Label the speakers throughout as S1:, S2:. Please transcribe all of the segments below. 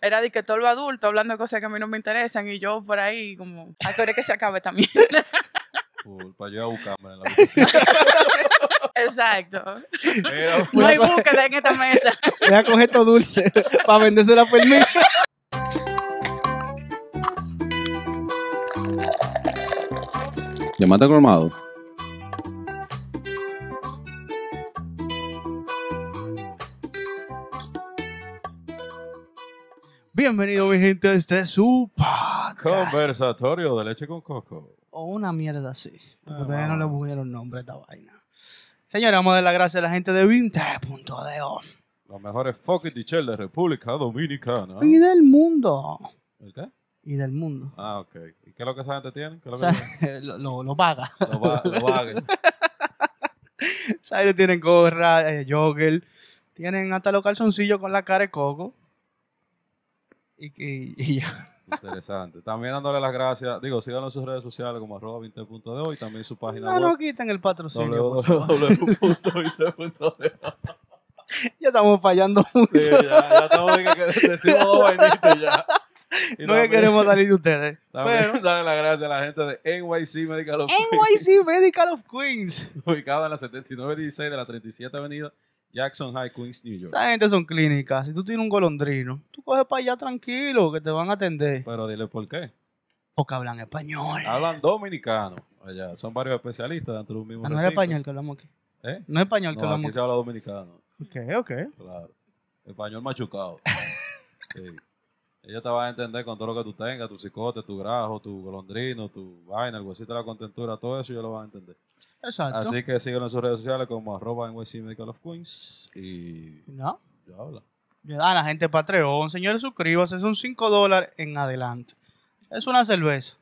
S1: Era de que todo lo adulto hablando de cosas que a mí no me interesan y yo por ahí como, a qué hora es que se acabe también.
S2: Para yo a buscarme en la oficina.
S1: Exacto.
S2: Mira,
S1: No hay búsqueda en esta mesa.
S3: Voy a coger todo dulce para vendérsela a Fermín.
S4: Llamate colmado.
S3: Bienvenido, mi gente, a este es su podcast.
S2: Conversatorio de leche con coco.
S3: O una mierda así. Porque
S2: Ah,
S3: todavía
S2: vamos.
S3: no le pusieron nombre a esta vaina. Señores, vamos a dar las gracias a la gente de Vintage.do
S2: Los mejores fucking teacher de República Dominicana.
S3: y del mundo.
S2: ¿El qué?
S3: Y del mundo.
S2: Ah, ok. ¿Y qué es lo que esa gente tiene? ¿Qué
S3: O
S2: es lo
S3: sea,
S2: que
S3: lo, lo, lo paga.
S2: lo va- lo vaguen.
S3: O sea, ellos tienen gorra, eh, jogger. Tienen hasta los calzoncillos con la cara de coco. Y, y, y ya.
S2: Interesante. También dándole las gracias. Digo, síganos en sus redes sociales como arroba 20.de y también su página
S3: No, no
S2: web.
S3: quiten el patrocinio. por favor.
S2: www.20.de
S3: Ya estamos fallando mucho.
S2: Sí, ya, ya estamos diga, que decimos dos vainitas ya. Y
S3: no es
S2: también-
S3: que queremos salir de ustedes.
S2: También
S3: Pero
S2: darle las gracias a la gente de NYC Medical Office.
S3: NYC Medical of Queens.
S2: ubicado en la 7916 de la 37 Avenida Jackson High, Queens, New York.
S3: Esa gente son clínicas. Si tú tienes un golondrino, tú coges para allá tranquilo que te van a atender.
S2: Pero dile por qué.
S3: Porque hablan español.
S2: Hablan dominicano allá. Son varios especialistas dentro de un mismo
S3: Ah, no es
S2: recinto.
S3: español que hablamos aquí.
S2: pues ¿Eh?
S3: No es español que
S2: No, aquí
S3: hablamos
S2: se habla dominicano.
S3: aquí. Ok, ok.
S2: Claro. Español machucado. Sí. Ella te va a entender con todo lo que tú tengas, tu psicote, tu grajo, tu golondrino, tu vaina, el huesito de la contentura, todo eso yo lo van a entender.
S3: Exacto.
S2: Así que síguenos en sus redes sociales como arroba NYC Medical of Queens y
S3: ¿No?
S2: ya habla.
S3: A la gente de Patreon, señores, suscríbase. Son 5 dólares en adelante. Es una cerveza.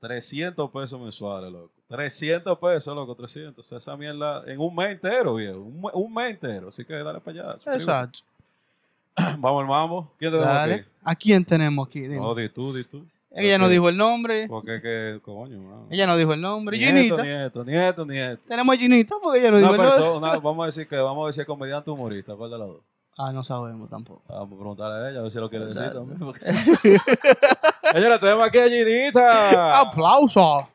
S2: 300 pesos mensuales, loco. 300 pesos, loco, 300. O sea, esa mierda en un mes entero, viejo. Un, mes- un mes entero. Así que dale para allá. suscríbete.
S3: Exacto.
S2: Vamos, hermano. ¿Quién tenemos
S3: Dale.
S2: aquí?
S3: ¿A quién tenemos aquí? Dime.
S2: No, di tú, di tú.
S3: Ella no
S2: Ok.
S3: dijo el nombre.
S2: Porque que, coño, mano.
S3: Ella no dijo el nombre.
S2: nieto,
S3: Ginita.
S2: nieto, nieto, nieto.
S3: Tenemos a Ginita porque ella no
S2: Una
S3: dijo el nombre.
S2: persona, vamos a decir que vamos a decir comediante humorista, ¿cuál de las dos?
S3: Ah, no sabemos tampoco.
S2: Vamos a preguntarle a ella, a ver si lo quiere decir
S3: Exacto.
S2: también. porque- Señora, tenemos aquí a Ginita.
S3: Ah, ¡Aplauso!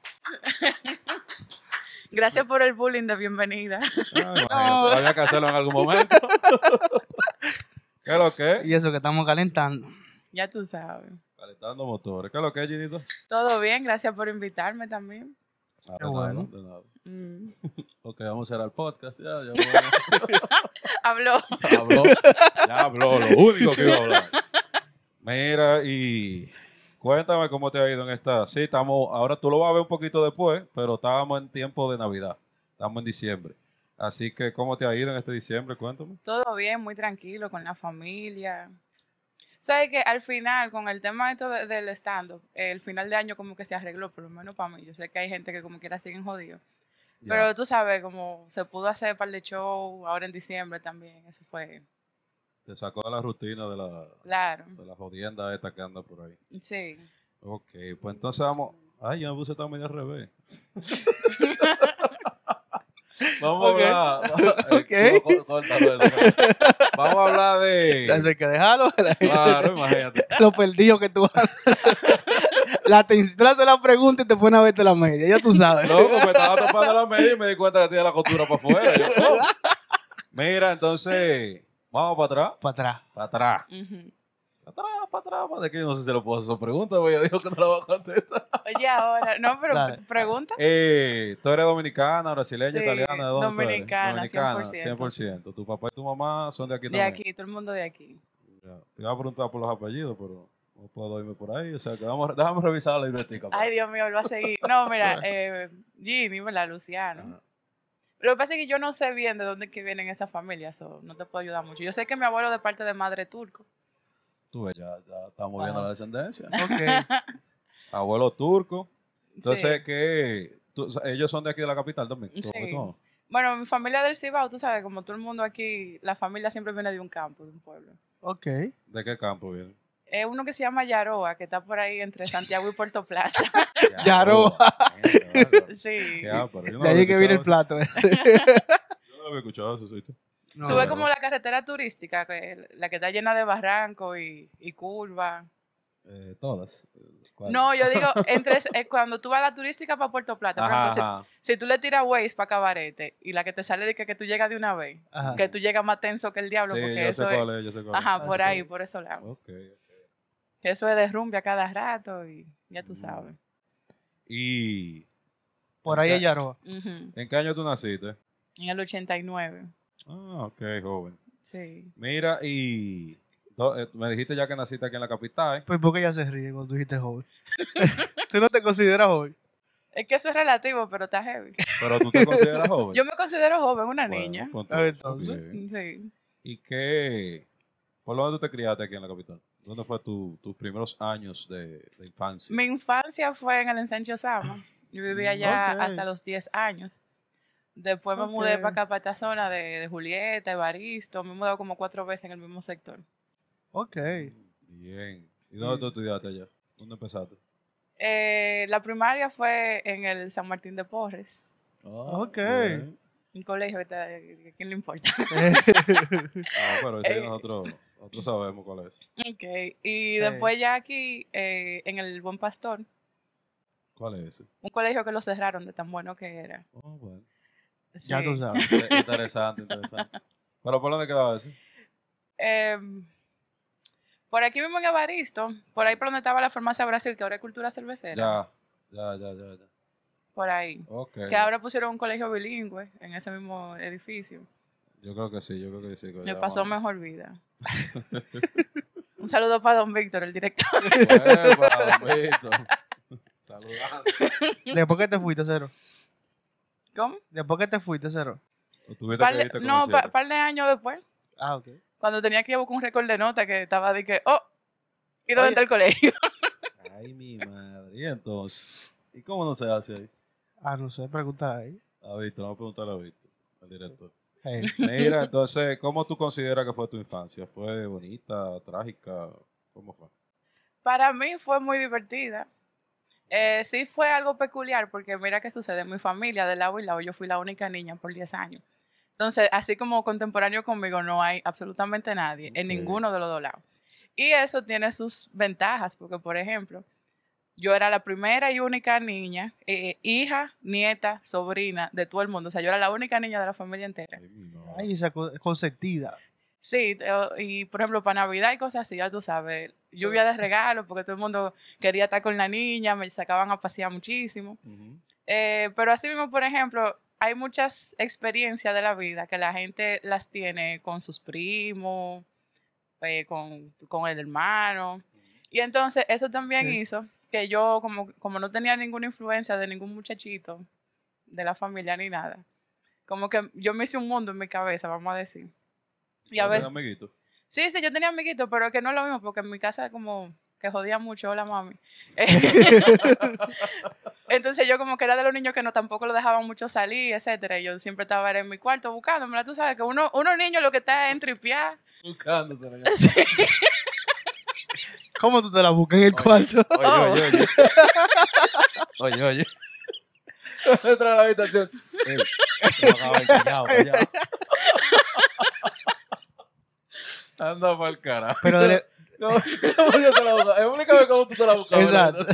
S1: Gracias por el bullying de bienvenida.
S2: Ay, imagínate, Había que hacerlo en algún momento. ¿Qué es lo que es?
S3: Y eso que estamos calentando.
S1: Ya tú sabes.
S2: Calentando motores. ¿Qué es lo que es, Ginito?
S1: Todo bien, gracias por invitarme también.
S2: Ah,
S3: Qué
S2: de
S3: bueno.
S2: nada, de nada.
S1: Mm.
S2: Ok, vamos a cerrar el podcast. Ya, ya, bueno.
S1: Habló.
S2: habló. Ya habló, lo único que iba a hablar. Mira, y cuéntame cómo te ha ido en esta. Sí, estamos, ahora tú lo vas a ver un poquito después, pero estábamos en tiempo de Navidad. Estamos en diciembre. Así que, ¿cómo te ha ido en este diciembre? Cuéntame.
S1: todo bien, muy tranquilo con la familia. Sabes que al final, con el tema esto de- del stand-up, eh, el final de año como que se arregló, por lo menos para mí. Yo sé que hay gente que como quiera siguen jodidos. Pero tú sabes, como se pudo hacer par de show ahora en diciembre también, eso fue
S2: Te sacó de la rutina de la,
S1: claro.
S2: de la jodienda esta que anda por ahí.
S1: Sí.
S2: Ok, pues entonces vamos. Ay, yo me puse también al revés. vamos
S3: Ok.
S2: a hablar.
S3: Ok.
S2: Eh, no, có- córtalo eso. vamos a hablar
S3: Eso
S2: de.
S3: hay que dejarlo.
S2: Claro, imagínate.
S3: Lo perdido que tú haces. la te tú le haces la pregunta y te pone a verte la media. Ya tú sabes.
S2: Loco, me estaba topando la media y me di cuenta que tenía la costura para afuera. Yo, ¿cómo? Mira, entonces, vamos para atrás.
S3: Para atrás.
S2: Para atrás.
S1: Ujú.
S2: Para atrás, para atrás. Para... Es que yo no sé si le puedo hacer esa pregunta, pero yo digo que no la voy a contestar.
S1: Oye, ahora, no, pero
S3: Dale.
S1: pregunta.
S2: Eh, tú eres dominicana, brasileña,
S1: Sí,
S2: italiana, ¿de dónde tú eres?
S1: dominicana,
S2: dominicana,
S1: 100%.
S2: 100%. Tu papá y tu mamá son de aquí
S1: De
S2: también.
S1: aquí, todo el mundo de aquí.
S2: Ya, Te iba a preguntar por los apellidos, pero no puedo irme por ahí. O sea, que vamos, déjame revisar la libretica. pues.
S1: Ay, Dios mío, él va a seguir. No, mira, eh, Jimmy, ¿verdad? Luciano.
S2: Ajá.
S1: Lo que pasa es que yo no sé bien de dónde es que vienen esas familias, so, no te puedo ayudar mucho. Yo sé que mi abuelo de parte de madre turco.
S2: Tú ves, ya, ya estamos viendo
S3: Ajá.
S2: la descendencia.
S3: Ok.
S2: Abuelo turco. Entonces,
S1: Sí.
S2: que ellos son de aquí de la capital también. ¿Cómo que
S1: Sí.
S2: no?
S1: Bueno, mi familia del Cibao, tú sabes, como todo el mundo aquí, la familia siempre viene de un campo, de un pueblo.
S3: Ok.
S2: ¿De qué campo vienen?
S1: Es uno que se llama Yaroa, que está por ahí entre Santiago y Puerto Plata.
S3: Yaroa.
S2: Yaroa.
S1: Sí.
S2: Qué ápero. Yo no
S3: De
S2: había
S3: ahí que viene el
S2: escuchado
S3: plato. ese.
S2: eso. Yo no había escuchado eso, soy tú.
S3: No,
S1: Tú ves
S2: no.
S1: como la carretera turística, que- la que está llena de barrancos y, y curvas.
S2: Eh, todas. ¿Cuál?
S1: No, yo digo, entre, es- eh, cuando tú vas a la turística para Puerto Plata, por
S2: Ajá,
S1: ejemplo, si-
S2: ajá.
S1: si, tú le tiras Waze para Cabarete y la que te sale de que, que tú llegas de una vez,
S3: ajá.
S1: que tú llegas más tenso que el diablo,
S2: Ah. Sí,
S1: porque
S2: yo sé
S1: eso es.
S2: cuál es, yo sé cuál es.
S1: Ajá, por
S3: Ah,
S1: ahí,
S2: sí.
S1: por eso lado.
S2: Ok.
S1: Que eso es derrumbe a cada rato y ya
S2: Mm.
S1: tú sabes.
S2: ¿Y
S3: Por ahí
S2: Ya.
S3: es Yaroa.
S1: Ujú.
S2: en qué año tú naciste?
S1: En el 89.
S2: Ah, ok, joven.
S1: Sí.
S2: Mira, y do- eh, me dijiste ya que naciste aquí en la capital. ¿eh?
S3: Pues porque ella se ríe cuando tú dijiste joven. tú no te consideras joven.
S1: Es que eso es relativo, pero está heavy.
S2: Pero tú te consideras joven.
S1: Yo me considero joven, una
S2: Pues Bueno,
S1: niña.
S2: con
S3: Ah,
S2: todo,
S3: entonces.
S2: bien.
S1: Sí.
S2: ¿Y qué? ¿Por dónde tú te criaste aquí en la capital? ¿Dónde fue tu- tus primeros años de, de infancia?
S1: Mi infancia fue en el ensanche Sama. Yo viví
S2: Mm,
S1: allá
S2: ok.
S1: hasta los 10 años. Después me mudé
S3: Ok.
S1: para acá, para esta zona de, de Julieta, Evaristo. Me he mudado como cuatro veces en el mismo sector.
S3: Ok.
S2: Bien. ¿Y dónde tú estudiaste allá? ¿Dónde empezaste?
S1: Eh, la primaria fue en el San Martín de Porres.
S2: Ah,
S3: Ok.
S2: bien.
S1: Un colegio, ¿verdad? ¿a quién le importa?
S2: Ah, pero ese
S1: Eh.
S2: nosotros, nosotros sabemos cuál es.
S1: Ok. Y después ya aquí, eh, en el Buen Pastor,
S2: ¿Cuál es ese?
S1: un colegio que lo cerraron de tan bueno que era.
S2: Oh, bueno.
S3: Ya tú
S1: Sí.
S3: sabes.
S2: Eh, interesante, interesante. ¿Pero por dónde quedaba ese?
S1: Em, por aquí mismo en Evaristo, por ahí por donde estaba la farmacia Brasil, que ahora es Cultura Cervecera.
S2: Ya, ya, ya, ya. ya.
S1: Por ahí.
S2: Ok.
S1: Que ahora pusieron un colegio bilingüe en ese mismo edificio.
S2: Yo creo que sí, yo creo que sí. que
S1: Me
S2: Pues ya
S1: pasó
S2: vamos.
S1: mejor vida. un saludo para don Víctor, el director.
S2: Epa, don Víctor. Saludando.
S3: Después que te fuiste, cero.
S1: ¿Cómo?
S3: Después que te fuiste, cero.
S2: ¿O tuviste
S1: Par
S2: que
S1: de-
S2: irte como
S1: no,
S2: siempre?
S1: un par de años después,
S3: Ah, ok.
S1: cuando tenía que buscar un récord de nota que estaba de que, oh, ¿y dónde
S3: Oye.
S1: está el colegio?
S2: Ay, mi madre. Y entonces, ¿y cómo no se hace ahí?
S3: Ah, no sé, pregunta ahí. Eh,
S2: A Víctor, vamos a preguntarle a Víctor, al director.
S3: Hey.
S2: Mira, entonces, ¿cómo tú consideras que fue tu infancia? ¿Fue bonita, trágica? ¿Cómo fue?
S1: Para mí fue muy divertida. Eh, sí fue algo peculiar porque mira qué sucede en mi familia de lado y lado. Yo fui la única niña por 10 años. Entonces, así como contemporáneo conmigo no hay absolutamente nadie en
S2: Ok.
S1: ninguno de los dos lados. Y eso tiene sus ventajas porque, por ejemplo, yo era la primera y única niña, eh, hija, nieta, sobrina de todo el mundo. O sea, yo era la única niña de la familia entera.
S2: Ay, mi madre.
S3: Ay, esa co- consentida.
S1: Sí, te- o- y por ejemplo, para Navidad y cosas así, ya tú sabes, lluvia de regalos, porque todo el mundo quería estar con la niña, me sacaban a pasear muchísimo.
S2: Ujú.
S1: Eh, pero así mismo, por ejemplo, hay muchas experiencias de la vida que la gente las tiene con sus primos, eh, con, con el hermano. Y entonces eso también
S3: Ok.
S1: hizo que yo, como, como no tenía ninguna influencia de ningún muchachito de la familia ni nada, como que yo me hice un mundo en mi cabeza, vamos a decir. Y a
S2: ¿Tú
S1: veces...
S2: tenías amiguito?
S1: Sí, sí, yo tenía amiguitos, pero que no es lo mismo, porque en mi casa como que jodía mucho, hola mami. Entonces yo como que era de los niños que no tampoco lo dejaban mucho salir, etcétera. y Yo siempre estaba era en mi cuarto buscándomela, tú sabes que uno, uno niño lo que está es en tripear.
S2: Buscándosela.
S1: Sí.
S3: ¿Cómo tú te la buscas en el cuarto?
S2: Oye,
S1: Oh.
S2: oye, oye. Oye, oye. Entra a la habitación. Ey, me acabo de engañar, pa' allá. Anda pa'l carajo.
S3: Pero dele-
S2: ¿Cómo, cómo yo te la buscaba? Explícame cómo tú te la buscabas.
S3: Exacto.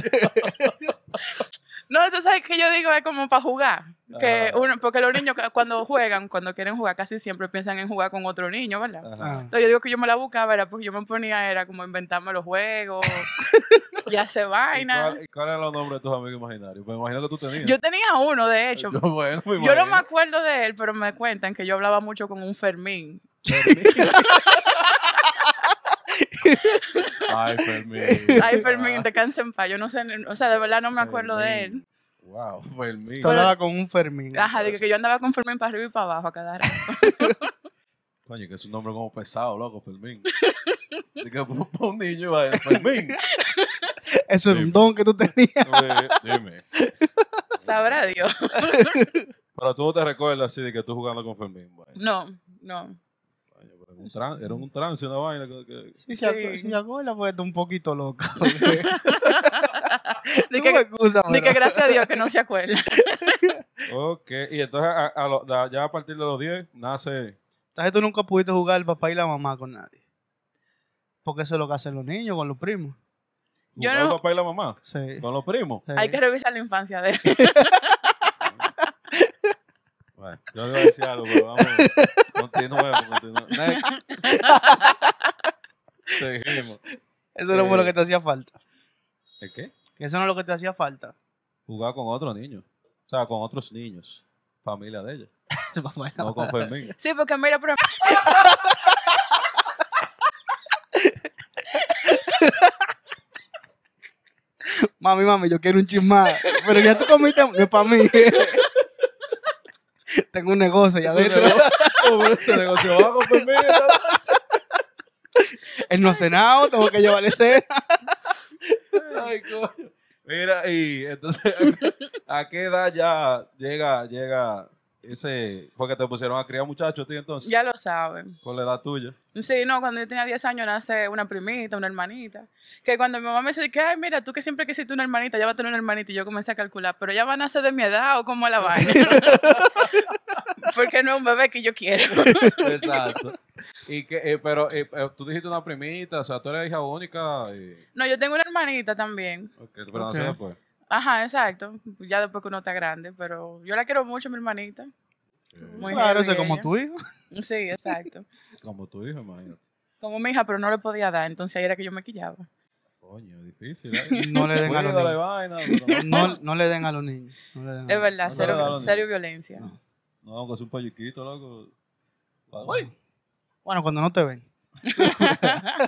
S1: No, tú sabes que yo digo es como para jugar. Que
S2: Ajá.
S1: uno, porque los niños ca- cuando juegan, cuando quieren jugar, casi siempre piensan en jugar con otro niño, ¿verdad?
S2: Ajá.
S3: Ah.
S1: Entonces yo digo que yo me la buscaba, era pues yo me ponía, era como inventarme los juegos, ya se
S2: ¿Y
S1: vaina.
S2: cuál, y cuál eran los nombres de tus amigos imaginarios? Me imagino que tú tenías.
S1: Yo tenía uno, de hecho.
S2: Yo, bueno, me
S1: Yo no
S2: imagino.
S1: me acuerdo de él, pero me cuentan que yo hablaba mucho con un Fermín.
S2: Ay, Fermín.
S1: Ay,
S2: Ah.
S1: Fermín, te cansen pa. Yo no sé, o sea, de verdad no me acuerdo de él.
S2: Wow, Fermín.
S3: Tú hablabas con un Fermín.
S1: Ajá, dije que yo andaba con Fermín para arriba y para abajo a cada rato.
S2: Coño, que es un nombre como pesado, loco, Fermín. Dice que pa- pa' un niño va Fermín.
S3: Eso era
S2: Sí.
S3: un don que tú tenías.
S2: Eh, Dime.
S1: Sabrá Dios.
S2: Pero tú no te recuerdas así de que tú jugando con Fermín. Bueno,
S1: No, no.
S2: coño, pero era un tran- era un trance, una vaina. que- que-
S1: Sí.
S3: Sí, se acu- se acuerda, pues, está un poquito loco.
S1: Ni
S3: Tú me
S1: que,
S3: excusas,
S1: di
S3: pero-
S1: que gracias a Dios que no se acuerda.
S2: Ok, y entonces a- a lo- da- ya a partir de los 10 nace
S3: Entonces tú nunca pudiste jugar el papá y la mamá con nadie. Porque eso es lo que hacen los niños con los primos.
S1: Yo
S2: Jugar
S1: no-
S2: el papá y la mamá.
S3: Sí.
S2: Con los primos.
S3: sí.
S1: Hay que revisar la infancia de él.
S2: Bueno, yo iba a decir algo, pero vamos. Continuemos, continuemos. Next. Seguimos.
S3: Eso no fue lo
S2: Eh.
S3: que te hacía falta.
S2: ¿El qué?
S3: Que eso no es lo que te hacía falta.
S2: Jugar con otros niños. O sea, con otros niños. Familia de ella.
S3: El papá y
S2: No
S3: la mamá.
S2: con Fermín.
S1: Sí, porque mira, por ejemplo.
S3: Mami, mami, yo quiero un chismar. Pero ya tú comiste, no es para mí. Tengo un negocio ya
S2: Ese
S3: adentro.
S2: negocio- Ese negocio va con Fermín.
S3: Él no ha cenado, tengo que llevarle cena.
S2: Ay, coño. Mira, y entonces, ¿a qué edad ya llega, llega ese? Porque te pusieron a criar muchachos, tío, entonces,
S1: Ya lo saben.
S2: con la edad tuya.
S1: Sí, no, cuando yo tenía 10 años nace una primita, una hermanita. Que cuando mi mamá me dice, que, ay, mira, tú que siempre quisiste una hermanita, ya va a tener una hermanita. Y yo comencé a calcular, pero ya van a nacer de mi edad o cómo es la vaina. porque no es un bebé que yo quiero.
S2: Exacto. Y que, eh, pero eh, eh, tú dijiste una primita, o sea, tú eres hija única. eh,
S1: No, yo tengo una hermanita también.
S2: ok, pero no sé pues,
S3: Ok.
S2: después.
S1: Ajá, exacto. Ya después que uno está grande, pero yo la quiero mucho, mi hermanita.
S2: eh,
S1: Muy
S3: Claro,
S1: heavy
S3: eso es como
S1: ella.
S3: tu hijo.
S1: Sí, exacto.
S2: Como tu hijo, imagínate.
S1: Como mi hija, pero no le podía dar, entonces ahí era que yo me quillaba.
S2: Coño, difícil. ¿eh?
S3: No le den a los
S2: Cuida la
S3: niños.
S2: vaina. pero no-
S3: No, no le den a los niños. Ah, No le den a
S1: Es
S3: los
S1: verdad,
S2: No,
S1: cero,
S2: no, no, no.
S1: cero violencia.
S3: No.
S2: No, que es un payiquito, loco. Uy,
S3: niños. Bueno, cuando no te ven.
S2: Que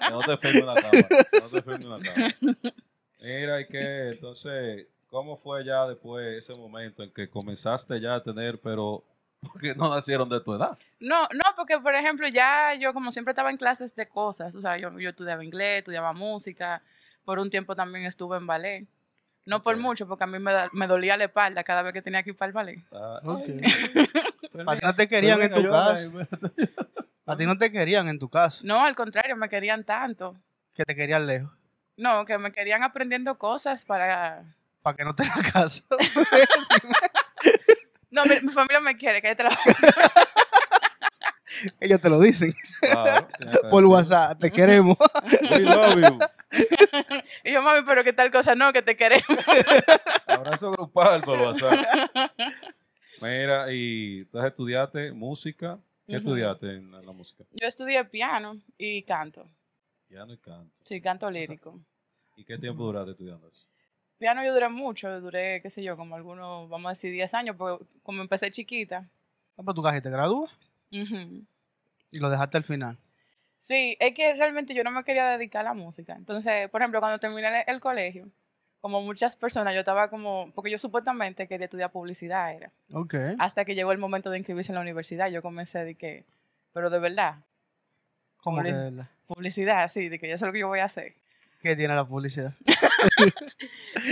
S2: No te firme la cámara. que No te firme la cámara. Mira, y que entonces, ¿cómo fue ya después ese momento en que comenzaste ya a tener, pero porque no nacieron de tu edad?
S1: No, no, porque por ejemplo, ya yo como siempre estaba en clases de cosas, o sea, yo, yo estudiaba inglés, estudiaba música, por un tiempo también estuve en ballet. No por
S2: Ok.
S1: mucho, porque a mí me, da- me dolía la espalda cada vez que tenía que ir para el ballet.
S2: Ah,
S3: Ok.
S2: Fermín,
S3: A ti no te querían en
S2: Fermín,
S3: tu
S2: ayúdame,
S3: casa. A ti no te querían en tu casa.
S1: No, al contrario, me querían tanto.
S3: Que te querían lejos.
S1: No, que me querían aprendiendo cosas para...
S3: Para que no te la casa.
S1: No, mi, mi familia me quiere, que hay trabajo.
S3: Ellos te lo dicen.
S2: Claro, tenía que
S3: Por
S2: decir.
S3: WhatsApp. Te queremos.
S2: We love you.
S1: Y yo, mami, pero qué tal cosa, no, que te queremos.
S2: Abrazo grupal por WhatsApp. Mira, y entonces estudiaste música. ¿Qué
S1: Ujú.
S2: estudiaste en la, la música?
S1: Yo estudié piano y canto,
S2: Piano y canto.
S1: sí, canto lírico.
S2: ¿Y qué tiempo duraste estudiando eso?
S1: Piano yo duré mucho, duré, qué sé yo, como algunos, vamos a decir, 10 años, porque como empecé chiquita.
S3: Ah, Pero tú casi te gradúas
S1: Ujú.
S3: y lo dejaste al final.
S1: Sí, es que realmente yo no me quería dedicar a la música. Entonces, por ejemplo, cuando terminé el, el colegio, como muchas personas, yo estaba como, porque yo supuestamente quería estudiar publicidad, era.
S3: Ok.
S1: Hasta que llegó el momento de inscribirse en la universidad, yo comencé de que, pero de verdad,
S3: ¿Cómo
S1: Por
S3: que
S1: eso.
S3: de verdad?
S1: publicidad, sí, de que yo sé lo que yo voy a hacer.
S3: ¿Qué tiene la publicidad?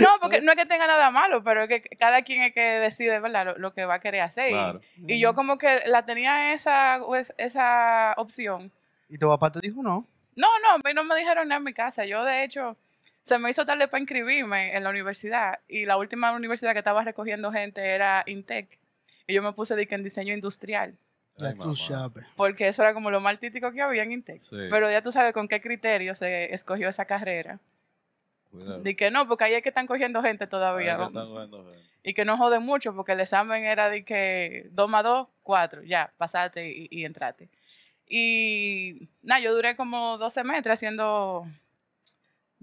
S1: No, porque no es que tenga nada malo, pero es que cada quien es que decide, ¿verdad?, lo, lo que va a querer hacer. Y-
S2: Claro.
S1: Y yo como que la tenía esa, pues, esa opción.
S3: Y tu papá te dijo no.
S1: No, no, a mí no me dijeron nada en mi casa. Yo, de hecho, se me hizo tarde para inscribirme en la universidad. Y la última universidad que estaba recogiendo gente era Intec. Y yo me puse de que en diseño industrial.
S3: Ya
S2: Ay,
S3: tú
S2: mamá.
S3: sabes.
S1: Porque eso era como lo más típico que había en Intec.
S2: Sí,
S1: Pero ya tú sabes con qué criterio se escogió esa carrera.
S2: cuidado.
S1: De que no, porque ahí es que están cogiendo gente todavía.
S2: Ahí que
S1: vamos.
S2: están cogiendo gente.
S1: Y que no joden mucho porque el examen era de que 2 más 2, 4, ya, pasaste y, y entraste. Y nada, yo duré como dos semestres haciendo,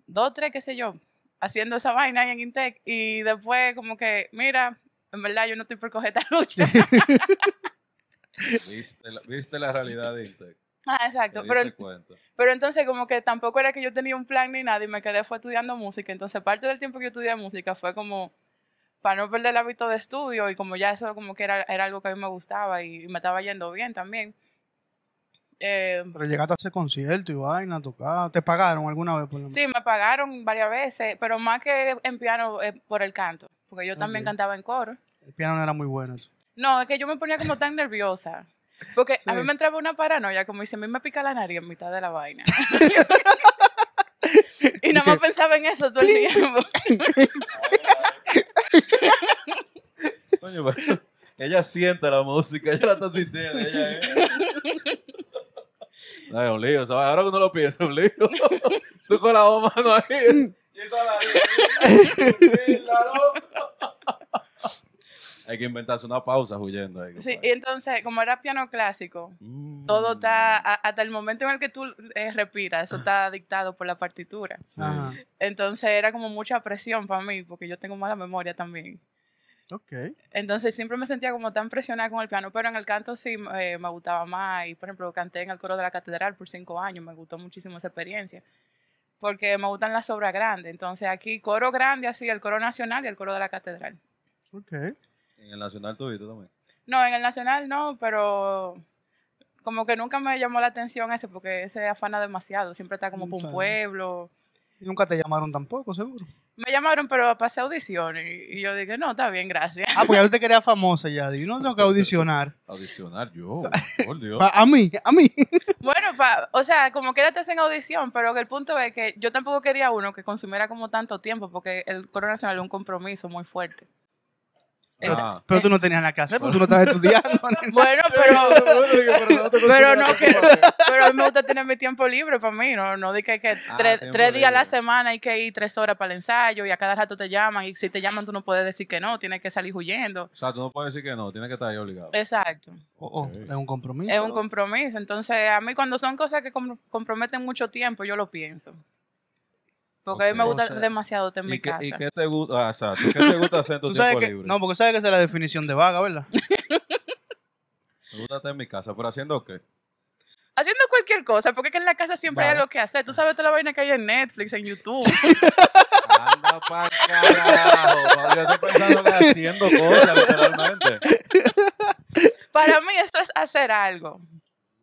S1: dos, tres, qué sé yo, haciendo esa vaina ahí en Intec. Y después como que, mira, en verdad yo no estoy por coger esta lucha.
S2: Viste la, viste la realidad de Intec.
S1: ah,
S2: Te
S1: exacto.
S2: diste
S1: Pero,
S2: cuenta.
S1: pero entonces como que tampoco era que yo tenía un plan ni nada y me quedé fue estudiando música. Entonces parte del tiempo que yo estudié música fue como para no perder el hábito de estudio y como ya eso como que era, era algo que a mí me gustaba y, y me estaba yendo bien también. Eh,
S3: Pero llegaste a hacer concierto y vaina, tocar. ¿Te pagaron alguna vez por lo menos?
S1: sí, me pagaron varias veces, pero más que en piano eh, por el canto, porque yo también
S3: Ok.
S1: cantaba en coro.
S3: El piano no era muy bueno. tú.
S1: No, es que yo me ponía como tan nerviosa. Porque a mí
S3: Sí.
S1: me entraba una paranoia, como dice, a mí me pica la nariz en mitad de la vaina. y nada más
S3: que-
S1: pensaba en eso todo el tiempo.
S2: Coño, pero ella siente la música, ella la está sintiendo. Ella es. Ay, un lío, ¿sabes? Ahora que uno lo piensa, un lío. Tú con la dos manos ahí. Y esa la Hay que inventarse una pausa huyendo ahí.
S1: Sí,
S2: compadre.
S1: y entonces, como era piano clásico,
S2: Mm.
S1: todo está, a- hasta el momento en el que tú eh, respiras, eso está dictado por la partitura.
S2: Sí.
S3: Ajá.
S1: Entonces era como mucha presión para mí, porque yo tengo mala memoria también.
S3: Ok.
S1: Entonces siempre me sentía como tan presionada con el piano, pero en el canto sí eh, me gustaba más. Y por ejemplo, canté en el coro de la catedral por cinco años, me gustó muchísimo esa experiencia. Porque me gustan las obras grandes. Entonces aquí, coro grande, así, el coro nacional y el coro de la catedral.
S3: Ok.
S2: En el Nacional tuviste también.
S1: No, en el nacional no, pero como que nunca me llamó la atención ese, porque ese afana demasiado. Siempre está como por un
S3: Claro.
S1: pueblo.
S3: Y nunca te llamaron tampoco, seguro.
S1: Me llamaron, pero pasé audiciones. Y y yo dije, no, está bien, gracias.
S3: Ah, porque ya tú te querías famosa ya. Yo no tengo que audicionar.
S2: Audicionar yo. Por Dios.
S3: Pa- a mí, a mí.
S1: Bueno, pa- o sea, como quiera te hacen audición, pero que el punto es que yo tampoco quería uno que consumiera como tanto tiempo, porque el coro nacional es un compromiso muy fuerte. Ese-
S2: Ah.
S3: Pero tú no tenías nada que hacer porque tú no estabas estudiando. ni-
S1: Bueno, pero, pero no que,
S2: quiero.
S1: pero a mí me gusta tener mi tiempo libre para mí, no, no di que, que
S2: Ah,
S1: tres,
S2: tiempo
S1: tres días a la
S2: libre.
S1: semana hay que ir tres horas para el ensayo y a cada rato te llaman y si te llaman tú no puedes decir que no, tienes que salir huyendo.
S2: O sea, tú no puedes decir que no, tienes que estar ahí obligado.
S1: Exacto.
S3: Oh, oh,
S2: Ok.
S3: es un compromiso.
S1: Es un compromiso. Entonces, a mí cuando son cosas que com- comprometen mucho tiempo, yo lo pienso. Porque a mí me
S2: Ok.
S1: gusta
S3: O sea,
S1: demasiado estar en mi
S2: ¿Y qué,
S1: casa.
S2: y qué te gusta? Ah, exacto. ¿Qué te gusta hacer en tu
S3: Tú sabes
S2: tiempo
S3: que,
S2: libre?
S3: no, porque sabes que esa es la definición de vaga, ¿verdad?
S2: Me gusta estar en mi casa, pero haciendo qué?
S1: Haciendo cualquier cosa, porque es que en la casa siempre hay
S3: Vale.
S1: algo que hacer. Tú sabes toda la vaina que hay en Netflix, en YouTube.
S2: Anda pa' carajo. pa- Yo estoy pensando que haciendo cosas, literalmente.
S1: para mí esto es hacer algo.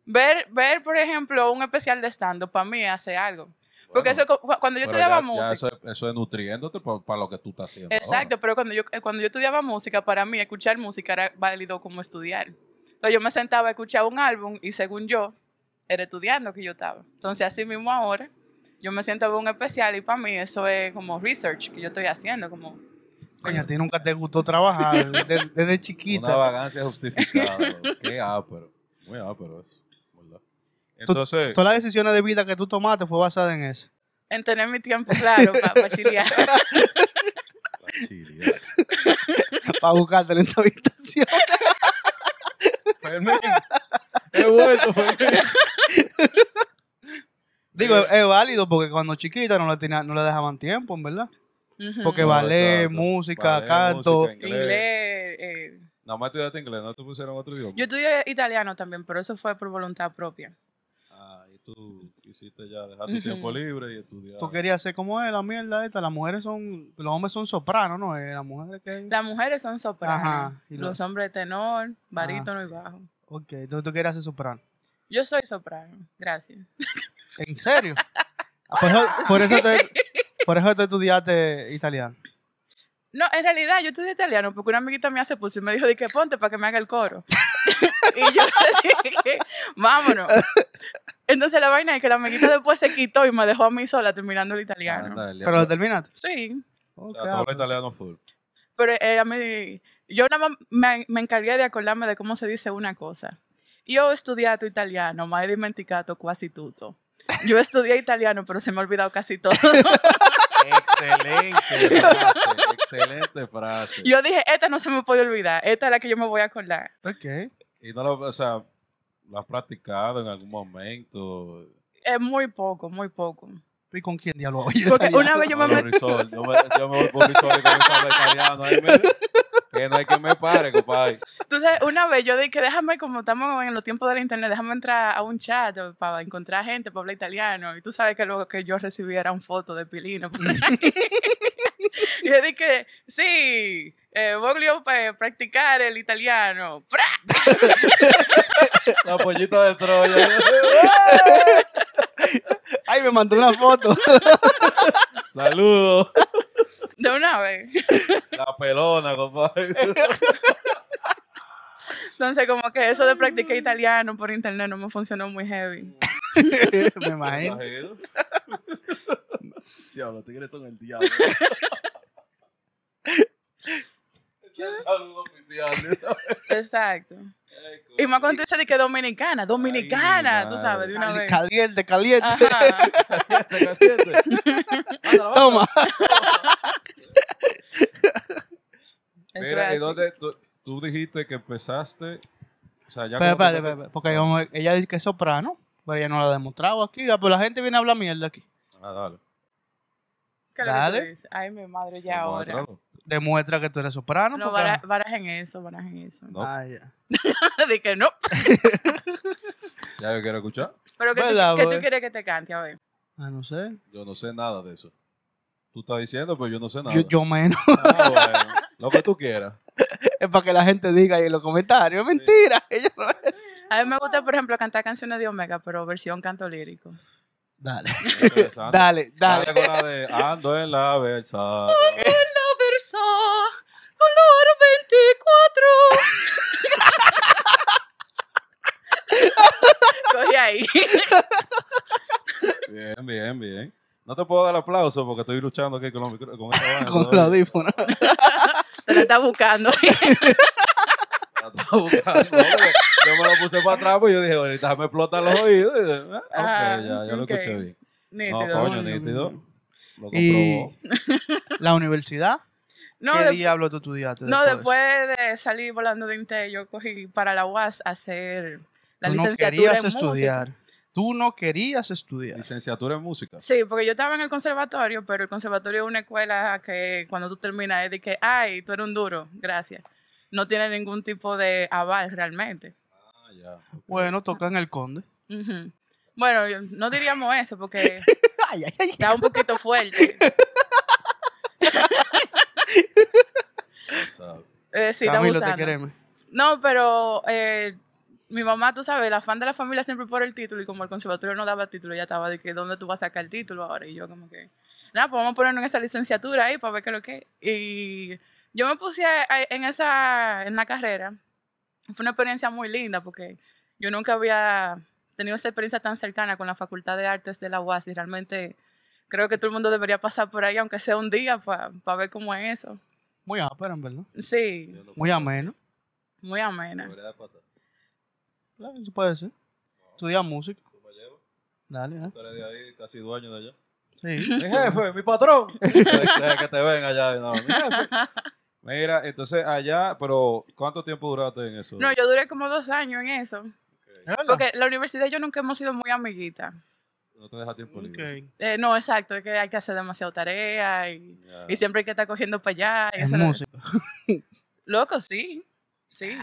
S1: Ver, ver por ejemplo, un especial de stand-up, para mí hace algo. Porque
S2: Bueno,
S1: eso, cu- cuando yo
S2: pero
S1: estudiaba
S2: ya- ya
S1: música...
S2: eso, es, eso es nutriéndote para, lo que tú estás haciendo.
S1: Exacto, pero cuando yo, eh, cuando yo estudiaba música, para mí escuchar música era válido como estudiar. Entonces yo me sentaba a escuchar un álbum y según yo, era estudiando que yo estaba. Entonces así mismo ahora, yo me siento a ver un especial y para mí eso es como research que yo estoy haciendo, como...
S3: Coño, a ti nunca te gustó trabajar de- desde,
S2: ahora.
S3: chiquita.
S2: Una vagancia justificada. qué ápero. Muy ápero eso. ¿verdad?
S3: Tú-
S2: Entonces,
S3: Todas las decisiones de vida que tú tomaste fue basada en eso.
S1: En tener mi tiempo claro para chilear.
S2: la chilia.
S3: Para buscarte en esta habitación.
S2: Fermín. He vuelto, Fermín.
S3: Digo, es, es válido porque cuando chiquita no le, tenía- no le dejaban tiempo, en ¿verdad?
S1: Ujú.
S3: Porque
S2: No,
S3: ballet,
S2: exacto.
S3: música,
S2: Ballet,
S3: canto.
S2: música,
S1: Inglés... eh,
S2: Nada más estudiaste inglés, no te pusieron otro idioma.
S1: Yo estudié italiano también, pero eso fue por voluntad propia.
S2: Ah, y tú quisiste ya dejar tu
S1: Ujú.
S2: tiempo libre y Ah, estudiar.
S3: Tú querías ser como es la mierda esta. Las mujeres son. Los hombres son sopranos, ¿no? Eh, Las mujeres que.
S1: Las mujeres son sopranos,
S3: Ajá, y
S1: los
S3: lo- Ah.
S1: hombres tenor, barítono y bajo.
S3: Ok, entonces tú querías ser soprano.
S1: Yo soy soprano, gracias.
S3: ¿En serio? Ah, por, eso, por eso te, por eso te estudiaste italiano.
S1: No, en realidad yo estudié italiano porque una amiguita mía se puso y me dijo, de que ponte para que me haga el coro. y yo le dije, vámonos. Entonces la vaina es que la amiguita después se quitó y me dejó a mí sola terminando el
S3: Ah,
S1: italiano.
S2: Ándale,
S3: Pero lo terminaste.
S1: Sí,
S2: o
S3: Ok,
S2: sea,
S3: ah,
S2: todo lo italiano full.
S1: pero eh, a mí, yo nada más me, me encargué de acordarme de cómo se dice una cosa. Yo ho estudiato italiano, ma he dimenticato quasi tutto. Yo estudié italiano, pero se me ha olvidado casi todo.
S2: Excelente frase, excelente frase.
S1: Yo dije, esta no se me puede olvidar, esta es la que yo me voy a acordar.
S3: ok.
S2: Y no lo, o sea, lo has practicado en algún momento.
S1: Es muy poco, muy poco.
S3: ¿Y con quién diablo oye?
S1: Porque
S3: italiano?
S1: una vez yo me
S2: No, los
S1: metí...
S2: risol, yo me, yo me voy por risol y comienzo a hablar italiano. ahí me- que no hay que me pare, compadre.
S1: Entonces, una vez yo dije, déjame, como estamos en los tiempos del internet, déjame entrar a un chat o para encontrar gente para hablar italiano. Y tú sabes que lo que yo recibí era un foto de Pilino. por ahí. y yo dije, sí, eh, voglio eh, practicar el italiano. ¡Pra!
S2: La pollita de Troya.
S3: Ay, me mandó una foto.
S2: Saludos.
S1: De una vez.
S2: La pelona, compadre.
S1: Entonces, como que eso de practicar italiano por internet no me funcionó muy heavy.
S2: Mm.
S3: me imagino.
S2: diablo, los tigres son el diablo. Ese es el saludo oficial.
S1: Exacto. Y más cuando tú dices de que dominicana, dominicana,
S2: mi
S1: tú sabes, de una
S3: Cali-
S1: vez.
S3: Caliente, caliente.
S1: Ajá.
S2: Caliente, caliente.
S1: Ah,
S2: Ándala, va.
S3: Toma.
S1: Eso
S2: Mira, ¿y
S1: es así.
S2: dónde tú, tú dijiste que empezaste? O sea, ya
S3: Espera,
S2: como que-
S3: espérate, espérate, porque vamos a ver, ella dice que es soprano, pero ella no la ha demostrado aquí. ya, Pero la gente viene a hablar mierda aquí.
S2: Ah, dale.
S1: ¿Qué es lo que tú
S3: Dale.
S1: dices? Ay, mi madre, ya
S2: Vamos a
S1: ahora.
S2: entrarlo.
S3: Demuestra que tú eres soprano.
S1: No,
S3: porque-
S1: bara- barajen eso, barajen eso.
S2: No.
S3: Ah, ya.
S1: de que no.
S2: Ya yo quiero escuchar.
S1: Pero que, tú,
S3: ¿Verdad,
S1: que tú
S3: boy?
S1: quieres que te cante, a ver.
S3: Ah, no sé.
S2: Yo no sé nada de eso. Tú estás diciendo, pero yo no sé nada.
S3: Yo, yo menos.
S2: Ah, bueno. Lo que tú quieras.
S3: Es para que la gente diga ahí en los comentarios. Mentira. Ella no es.
S1: A mí me gusta, por ejemplo, cantar canciones de Omega, pero versión canto lírico.
S3: Dale.
S2: Interesante.
S3: Dale, dale.
S2: Dale con la de Ando en la Versa.
S1: La versa, color 24. Coge ahí.
S2: Bien, bien, bien. No te puedo dar aplauso porque estoy luchando aquí con, los micro- con esta vaina
S3: Con el
S2: todavía.
S3: audífono.
S1: Te la está buscando.
S2: La estaba buscando, porque Yo me lo puse para atrás pues yo dije, ahorita me explotan los oídos. Y dije, ah,
S1: Ah,
S2: ok, ya, ya lo
S1: ok.
S2: escuché bien.
S1: Nítido.
S2: No, coño,
S3: Ay,
S2: nítido.
S3: Dios
S2: Lo
S3: Y
S2: comprobó.
S3: la universidad.
S1: No,
S3: ¿Qué
S1: de-
S3: diablo tú estudiaste?
S1: no, después de salir volando de Inte, yo cogí para la UAS a hacer la
S3: Tú no
S1: licenciatura
S3: querías
S1: en música.
S3: estudiar. Tú no querías estudiar.
S2: Licenciatura en música.
S1: Sí, porque yo estaba en el conservatorio, pero el conservatorio es una escuela que cuando tú terminas es de que, ay, tú eres un duro, gracias. No tiene ningún tipo de aval realmente.
S2: Ah, ya. ok.
S3: Bueno, toca en el conde.
S1: Ujú. Bueno, yo- no diríamos eso porque
S3: Ay, ay, ay.
S1: está un poquito fuerte.
S2: Sabe.
S1: Eh, sí, está
S3: Camilo, te
S1: abusando.
S3: queremos.
S1: No, pero eh, mi mamá, tú sabes, la fan de la familia siempre por el título y como el conservatorio no daba título, ya estaba de que dónde tú vas a sacar el título ahora. Y yo como que, nada, pues vamos a ponernos en esa licenciatura ahí para ver qué es lo que es. Y yo me puse a- a- en esa, en la carrera. Fue una experiencia muy linda porque yo nunca había tenido esa experiencia tan cercana con la Facultad de Artes de la UAS y realmente creo que todo el mundo debería pasar por ahí, aunque sea un día, para ver cómo es eso.
S3: Muy ápera, en verdad.
S1: Sí,
S2: Yo no
S3: Muy
S2: puedo-
S3: ameno.
S1: muy amena.
S2: debería de pasar.
S3: Claro, Eso puede ser. Estudia música.
S2: Tú me llevas,
S3: Dale, ¿eh?
S2: tú eres de ahí, casi dueño de allá.
S3: Sí.
S2: Mi jefe, mi patrón. Deja que te ven allá. no, mi jefe. Mira, entonces allá, pero ¿cuánto tiempo duraste en eso?
S1: No, yo duré como dos años en eso.
S2: Ok.
S3: ¿Es verdad?
S1: Porque la universidad y yo nunca hemos sido muy amiguitas.
S2: No te deja tiempo libre.
S3: Ok.
S1: Eh, no, exacto, es que hay que hacer demasiada tarea y,
S2: Ya.
S1: y siempre hay que estar cogiendo para allá. y
S3: Es
S1: eso era-
S3: música.
S1: Loco, sí, sí.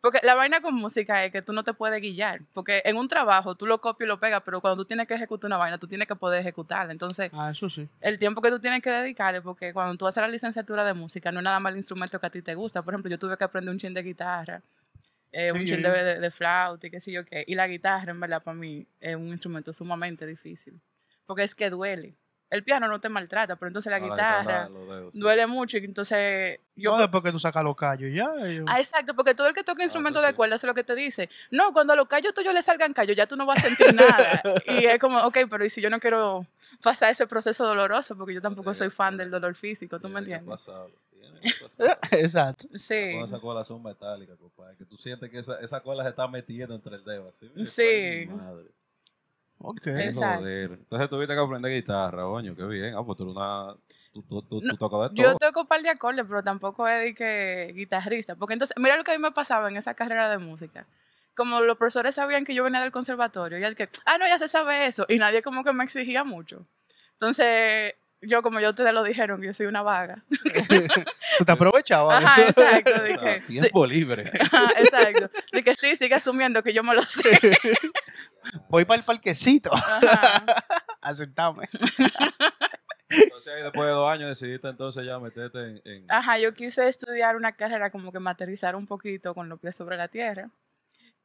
S1: Porque la vaina con música es que tú no te puedes guiar. Porque en un trabajo tú lo copias y lo pegas, pero cuando tú tienes que ejecutar una vaina, tú tienes que poder ejecutarla. Entonces,
S3: Ah, eso sí.
S1: el tiempo que tú tienes que dedicarle, porque cuando tú haces la licenciatura de música, no es nada más el instrumento que a ti te gusta. Por ejemplo, yo tuve que aprender un chin de guitarra, eh, un
S3: Sí.
S1: chin de, de- de flauta y qué sé yo qué. Y la guitarra, en verdad, para mí es un instrumento sumamente difícil, porque es que duele. El piano no te maltrata, pero entonces la
S2: No,
S1: guitarra
S2: los dedos, sí.
S1: duele mucho y entonces yo...
S3: Yo después que tú sacas los callos, ya. yo-
S1: Ah, exacto, porque todo el que toca instrumento
S2: eso
S1: de
S2: sí.
S1: cuerda, eso es lo que te dice. No, cuando a los callos tuyos le salgan callos, ya tú no vas a sentir nada. y es como, ok, pero ¿y si yo no quiero pasar ese proceso doloroso? Porque yo tampoco soy fan del dolor físico, ¿tú me
S2: Tiene que
S1: entiendes?
S2: pasar, tiene que pasar.
S3: Exacto.
S1: Sí.
S2: Con esa cola son metálicas, compadre. Que tú sientes que esa, esa cola se está metiendo entre el dedo. así.
S1: Sí.
S2: Ay, mi Madre.
S3: Ok.
S2: Qué
S1: Exacto.
S2: joder. Entonces tuviste que aprender guitarra, coño. Qué bien. Ah, pues tú eres una. Tú, tú, tú, tú
S1: No,
S2: tocas de todo.
S1: Yo toco un par de acordes, pero tampoco es de que guitarrista. Porque entonces, mira lo que a mí me pasaba en esa carrera de música. Como los profesores sabían que yo venía del conservatorio, y el que, ah, no, ya se sabe eso. Y nadie como que me exigía mucho. Entonces, yo, como yo te lo dijeron, que yo soy una vaga.
S3: Tú te aprovechabas.
S1: Ajá, exacto.
S2: O sea,
S1: Dije, sí,
S2: tiempo libre.
S1: ajá, exacto. Dije, sí, sigue asumiendo que yo me lo sé.
S3: Voy para el parquecito.
S1: Ajá.
S3: Aceptame.
S2: Entonces ahí después de dos años decidiste entonces ya meterte en. en-
S1: Ajá, yo quise estudiar una carrera como que materializar un poquito con los pies sobre la tierra.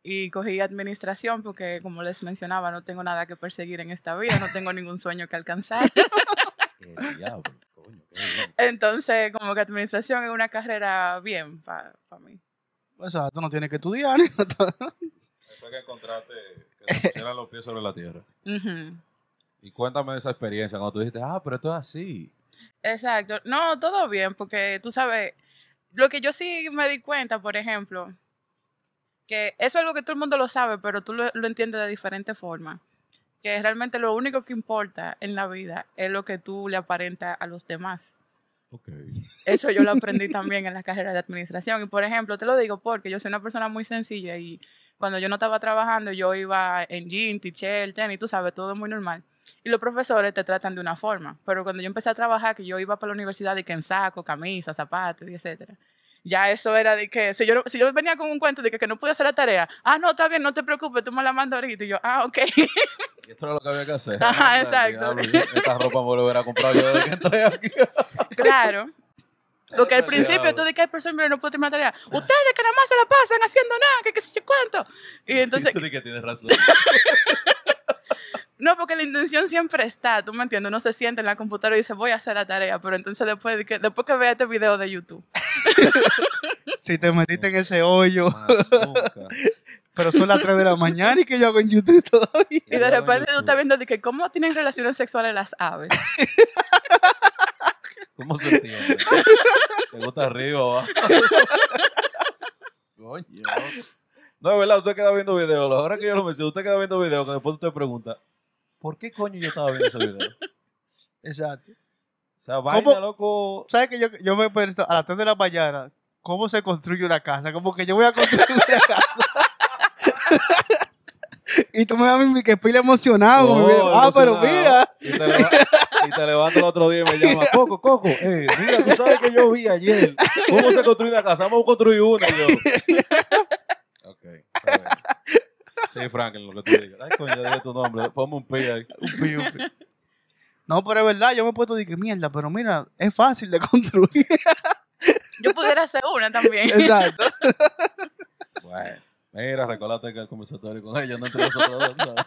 S1: Y cogí administración porque, como les mencionaba, no tengo nada que perseguir en esta vida, no tengo ningún sueño que alcanzar.
S2: el diablo, coño. Qué bien.
S1: Entonces, como que administración es una carrera bien para mí.
S3: Exacto, no tienes que estudiar. ni nada.
S2: Después que encontraste que te pusieran los pies sobre la tierra.
S1: Ujú.
S2: Y cuéntame esa experiencia cuando tú dijiste, ah, pero esto es así.
S1: Exacto. No, todo bien, porque tú sabes, lo que yo sí me di cuenta, por ejemplo, que eso es algo que todo el mundo lo sabe, pero tú lo, lo entiendes de diferente forma. Que realmente lo único que importa en la vida es lo que tú le aparentas a los demás.
S2: Ok.
S1: Eso yo lo aprendí también en la carrera de administración. Y por ejemplo, te lo digo porque yo soy una persona muy sencilla y cuando yo no estaba trabajando, yo iba en jean, t-shirt, tenis, tú sabes, todo muy normal. Y los profesores te tratan de una forma. Pero cuando yo empecé a trabajar, que yo iba para la universidad de que en saco, camisa, zapatos, y etcétera. Ya eso era de que, si yo, no- si yo venía con un cuento de que, que no podía hacer la tarea, ah, no, está bien, no te preocupes, tú me la mandas ahorita. Y yo, ah, ok.
S2: Y esto era lo que había que hacer.
S1: Ajá,
S2: Anda,
S1: exacto.
S2: diablo, yo- esta ropa me lo hubiera comprado yo desde que entré aquí.
S1: Claro. Porque al
S2: Diablo.
S1: principio tú dices que hay personas, mira, no puedo terminar la tarea. Ustedes que nada más se la pasan haciendo nada, que qué sé yo cuánto. Y entonces,
S2: Y tú di que tienes razón.
S1: no, porque la intención siempre está, tú me entiendes, uno se siente en la computadora y dice, voy a hacer la tarea, pero entonces después, de que, después que vea este video de YouTube.
S3: Si te metiste en ese hoyo,
S2: Más nunca.
S3: pero son las 3 de la mañana y que yo hago en YouTube todavía.
S1: Y de repente tú estás viendo de que cómo tienen relaciones sexuales las aves.
S2: ¿Cómo se entiende? ¿Te gusta arriba o abajo? Coño. No, es verdad, usted queda viendo videos. La hora que yo lo menciono, usted queda viendo videos que después usted pregunta, ¿por qué coño yo estaba viendo ese video? O
S3: Exacto.
S2: sea, vaina,
S3: ¿Cómo?
S2: loco.
S3: ¿Sabes que yo, yo me he pensado a las 3 de la mañana cómo se construye una casa? Como que yo voy a construir una casa. y tú me das mi que pila emocionado.
S2: Oh,
S3: mi video. ah, pero
S2: emocionado.
S3: mira.
S2: Y te, leva- y te levanta el otro día y me llama, Coco, Coco, eh, mira, tú sabes que yo vi ayer. ¿Cómo se construye una casa? Vamos a construir una. Y yo. Ok. está bien. Sí, Franklin, lo que tú digas. Ay, coño, dije tu nombre. Ponme un pi ahí.
S3: Upi, upi. No, pero es verdad, yo me he puesto de que mierda, pero mira, es fácil de construir.
S1: Yo pudiera hacer una también.
S3: Exacto.
S2: Bueno, mira, recordate que el conversatorio con ella no entre nosotros dos, ¿sabes?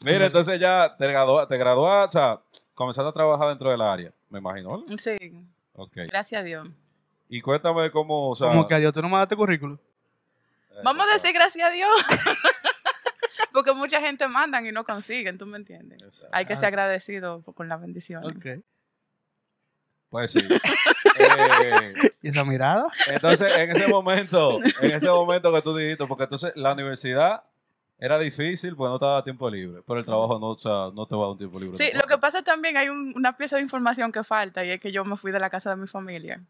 S2: Mira, entonces ya te graduaste, te gradua- o sea, comenzaste a trabajar dentro del área, me imagino. ¿verdad?
S1: Sí,
S2: Ok.
S1: gracias a Dios.
S2: Y cuéntame cómo, o sea...
S3: Como que adiós, tú no mandaste currículum.
S2: eh,
S1: Vamos
S2: por
S1: a decir gracias a Dios. Porque mucha gente mandan y no consiguen, tú me entiendes.
S2: favor. Exacto.
S1: Hay que ser agradecido por- con las bendiciones.
S2: Pues sí. Eh,
S3: ¿Y esa mirada?
S2: entonces, en ese momento, en ese momento que tú dijiste, porque entonces la universidad era difícil, pues no te daba tiempo libre, pero el trabajo no, o sea, no te va a dar un tiempo libre.
S1: Sí, lo que pasa también hay un- una pieza de información que falta y es que yo me fui de la casa de mi familia.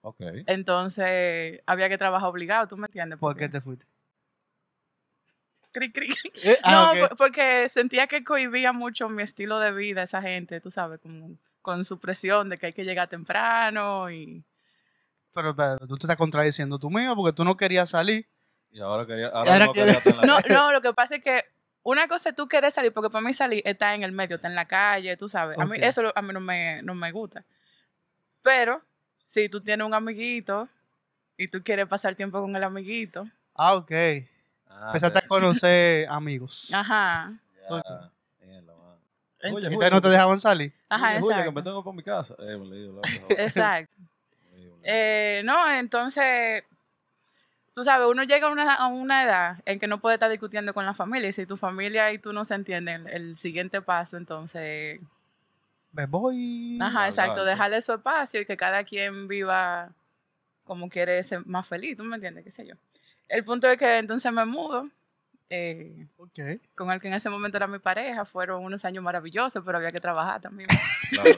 S2: Ok.
S1: Entonces había que trabajar obligado, ¿tú me entiendes?
S3: ¿Por qué te fuiste?
S1: Cri, cri.
S3: Eh,
S1: No,
S3: ah, ok.
S1: por- porque sentía que cohibía mucho mi estilo de vida esa gente, tú sabes, como con su presión de que hay que llegar temprano y...
S3: Pero, pero tú te estás contradiciendo tú mismo porque tú no querías salir.
S2: Y ahora quería, ahora,
S3: Ahora
S2: no
S3: quiero-
S2: quería estar en la
S1: No,
S3: eh,
S1: no, lo que pasa es que una cosa es tú querer salir, porque para mí salir está en el medio, está en la calle, tú sabes. A mí
S3: Ok.
S1: eso lo- a mí no me, no me gusta. Pero si tú tienes un amiguito y tú quieres pasar tiempo con el amiguito,
S3: Ah, ok.
S2: Ah,
S3: Empezaste
S2: sí,
S3: a conocer
S1: Ah,
S3: amigos.
S1: ajá.
S2: Ah, ya.
S3: Ok.
S2: Mierda, mano.
S1: Ent-
S2: Oye,
S3: Y
S2: Julio,
S3: ustedes no te dejaban salir.
S1: Ajá,
S2: Oye, Julia, que me
S1: exacto.
S2: tengo para mi casa. Eh, me leí, loco,
S1: Exacto.
S2: me leí, me leí.
S1: Eh, no, entonces, tú sabes, uno llega a una, a una edad en que no puede estar discutiendo con la familia y si tu familia y tú no se entienden, el siguiente paso, entonces,
S3: Me voy.
S1: Ajá,
S2: Hablar,
S1: exacto,
S2: ¿no?
S1: dejarle su espacio y que cada quien viva como quiere ser más feliz, ¿tú me entiendes? ¿Qué sé yo? El punto es que entonces me mudo eh,
S3: Ok.
S1: con el que en ese momento era mi pareja, fueron unos años maravillosos, pero había que trabajar también.
S2: Claro.